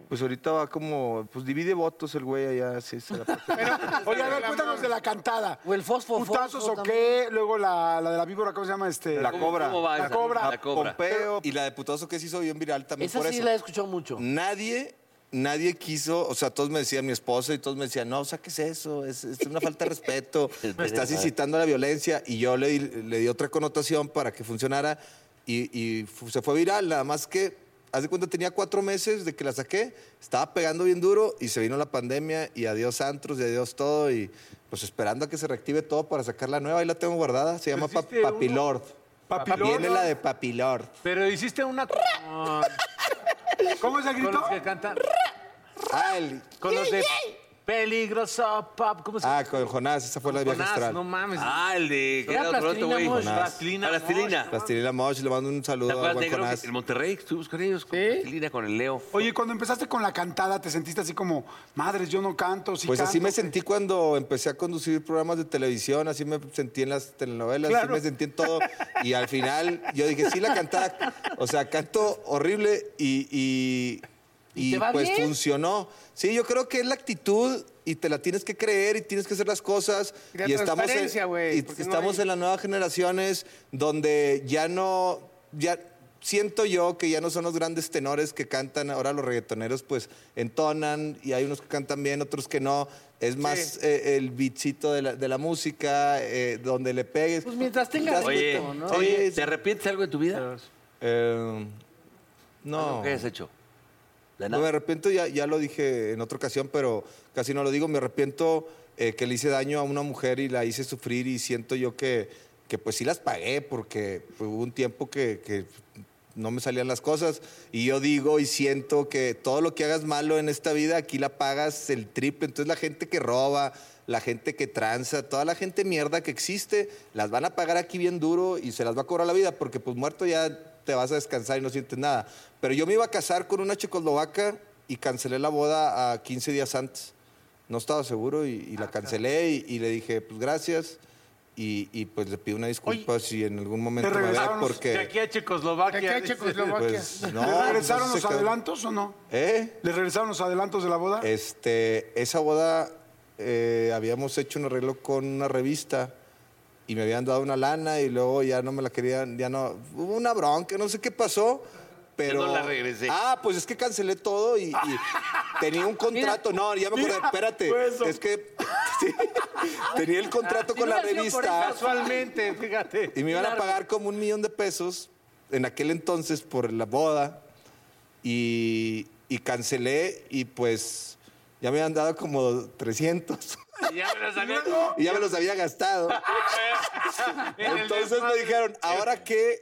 S8: Pues ahorita va como, pues divide votos el güey allá, sí, se la
S5: *laughs*
S8: pasa.
S6: *laughs* Oye, a ver, cuéntanos de la cantada.
S5: O el fosfo,
S6: ¿Putazos
S5: fosfo
S6: o qué? Luego la, la de la víbora, ¿cómo se llama? Este?
S8: La cobra.
S6: La cobra.
S10: Pompeo. Y la de putazo que se hizo bien viral también
S5: Esa
S10: por
S5: sí
S10: eso.
S5: la he escuchado mucho.
S10: Nadie, nadie quiso, o sea, todos me decían, mi esposo y todos me decían, no, saques eso, es, es una falta de respeto, estás incitando a la violencia. Y yo le, di- le di otra connotación para que funcionara y, y fu- se fue viral. Nada más que, haz de cuenta, tenía cuatro meses de que la saqué, estaba pegando bien duro y se vino la pandemia y adiós antros y adiós todo. Y pues esperando a que se reactive todo para sacar la nueva, ahí la tengo guardada, se llama Pap-
S3: hiciste uno-
S10: Papilord.
S3: Pues Papilord.
S10: Viene la de Papilord.
S3: Pero hiciste una.
S6: ¿Cómo es el grito?
S3: Con los que cantan. Ah, Con los de. Peligroso pop. ¿Cómo se
S10: Ah, con Jonás, esa fue la de viaje
S3: Pues Jonás,
S10: astral.
S3: no mames.
S2: Ah, el de.
S3: Era
S2: otro
S3: Plastilina
S2: güey.
S3: Mosh.
S2: Jonás.
S3: Plastilina
S2: Plastilina.
S10: Plastilina Mosh, le mando un
S2: ¿Te
S10: saludo a
S2: acuerdas,
S10: buen
S2: negro?
S10: Jonás.
S2: que En Monterrey estuvimos con ellos, con Plastilina, con el Leo.
S6: Oye, cuando empezaste con la cantada, ¿te sentiste así como, madres, yo no canto, sí
S10: Pues
S6: canto?
S10: así me sentí cuando empecé a conducir programas de televisión, así me sentí en las telenovelas, así
S6: Claro.
S10: me sentí en todo. Y al final yo dije, sí, la cantada, o sea, canto horrible y, y,
S5: ¿Y
S10: y,
S5: te va
S10: pues
S5: bien?
S10: funcionó. Sí, yo creo que es la actitud y te la tienes que creer y tienes que hacer las cosas.
S4: Y la
S10: estamos
S4: transparencia,
S10: en,
S4: güey,
S10: y
S4: porque no
S10: estamos
S4: hay-
S10: en las nuevas generaciones donde ya no... Ya, Siento yo que ya no son los grandes tenores que cantan, ahora los reggaetoneros pues entonan y hay unos que cantan bien, otros que no. Es más eh, el bichito de la, de la música, eh, donde le pegues.
S5: Pues mientras tengas
S2: Oye,
S5: ritmo, ¿no?
S2: oye, ¿te arrepientes de algo en tu vida?
S10: Eh, no.
S2: ¿Algo que hayas hecho?
S10: No me arrepiento, ya, ya lo dije en otra ocasión, pero casi no lo digo. Me arrepiento eh, que le hice daño a una mujer y la hice sufrir y siento yo que, que pues sí las pagué porque pues, hubo un tiempo que, que no me salían las cosas y yo digo y siento que todo lo que hagas malo en esta vida aquí la pagas el triple. Entonces la gente que roba, la gente que tranza, toda la gente mierda que existe, las van a pagar aquí bien duro y se las va a cobrar la vida porque pues muerto ya te vas a descansar y no sientes nada. Pero yo me iba a casar con una checoslovaca y cancelé la boda a
S3: Ah,
S10: 15 días antes. No estaba seguro y, y la cancelé y, y le dije, pues gracias.
S8: Y, y, pues le pido una disculpa si en algún momento me ve
S3: regresaron los- De
S8: porque...
S3: aquí a Checoslovakia.
S11: De aquí a
S3: dice.
S11: Checoslovaquia.
S8: Pues,
S6: *laughs*
S8: no,
S6: ¿Les regresaron
S8: pues, se
S6: los
S8: quedó-
S6: adelantos o no?
S8: ¿Eh?
S6: ¿Les regresaron los adelantos de la boda?
S8: Este, esa boda eh, habíamos hecho un arreglo con una revista y me habían dado una lana y luego ya no me la querían, ya no, hubo una bronca, no sé qué pasó, pero...
S2: no la regresé.
S8: Ah, pues es que cancelé todo y, y tenía un contrato, no, ya me acordé,
S2: Mira,
S8: espérate,
S2: fue eso.
S8: es que *laughs* sí, tenía el contrato
S3: Si
S8: con
S3: no
S8: la
S3: hubiera sido por
S8: revista.
S3: eso, Casualmente, fíjate.
S8: Y me iban a
S3: Claro.
S8: pagar como un millón de pesos en aquel entonces por la boda. Y, y cancelé y pues ya me habían dado como 300.
S3: Y ya me lo sabía.
S8: *laughs* Y ya me los había
S2: *laughs*
S8: gastado. Entonces me dijeron, ¿ahora qué,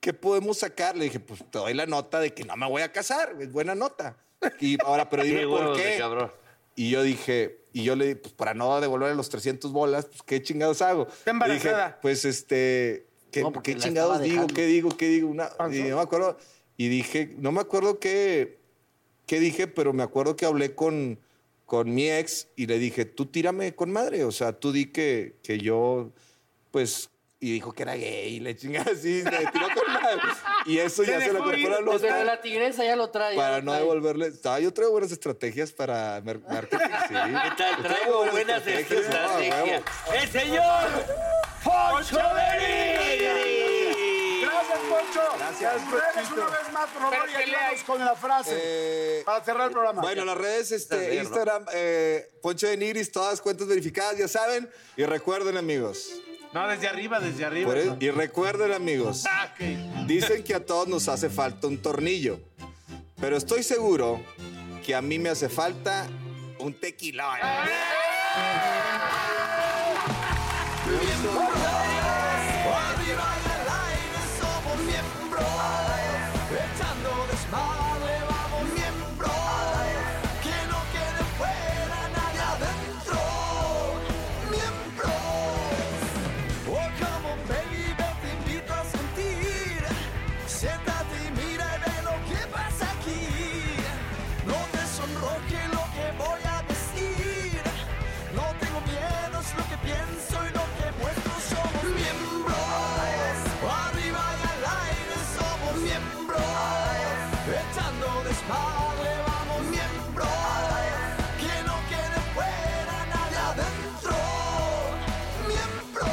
S8: qué podemos sacar? Le dije, pues te doy la nota de que no me voy a casar. Es buena nota. Y ahora, pero dime
S2: Qué
S8: por
S2: huevos de
S8: qué.
S2: cabrón.
S8: Y yo dije, y yo le dije, pues para no devolverle los 300 bolas, pues qué chingados hago. Está
S11: embarazada.
S8: pues este, ¿qué,
S11: porque
S8: qué
S11: la
S8: chingados
S11: estaba
S8: digo?
S11: dejando.
S8: ¿Qué digo? ¿Qué digo? Una, y no me acuerdo. Y dije, no me acuerdo qué, qué dije, pero me acuerdo que hablé con, con mi ex y le dije, tú tírame con madre. O sea, tú di que, que yo, pues. Y dijo que era gay, y le chingada *laughs* así, me tiró con madre. Y eso ya se lo compró la
S9: Desde
S8: nota.
S9: la tigresa ya lo trae. ¿eh?
S8: Para no devolverle. Ah, yo traigo buenas estrategias para mar- marketing. Sí. Yo
S2: Traigo buenas
S8: no, a
S2: estrategias.
S8: huevo.
S2: ¡El señor Poncho ¡Eh! Neri!
S6: Gracias, Poncho.
S8: Gracias.
S6: Las redes una vez más, por favor, y ayúdanos con la frase
S8: Eh,
S6: para cerrar el programa.
S8: Bueno, las redes,
S6: Está
S8: este,
S6: bien, ¿no?
S8: Instagram, eh, Poncho de Niris, todas cuentas verificadas, ya saben. Y recuerden, amigos.
S3: No, desde arriba, desde arriba.
S8: por el- y recuerden, amigos. Dicen que a todos nos hace falta un tornillo. Pero estoy seguro que a mí me hace falta un tequilón.
S1: Arriba y al aire somos miembros. Echando desmadre, vamos miembros. Que no quede fuera nadie adentro. Miembros. Oh, como baby, te invito a sentir. Siéntate y mira y ve lo que pasa aquí. No te sonroje lo que voy a decir. No tengo miedo, es lo que pienso y lo que muestro. Somos miembros. Arriba y al aire somos miembros. Echando desmadre vamos miembros. Que no quede fuera nadie adentro. Miembros.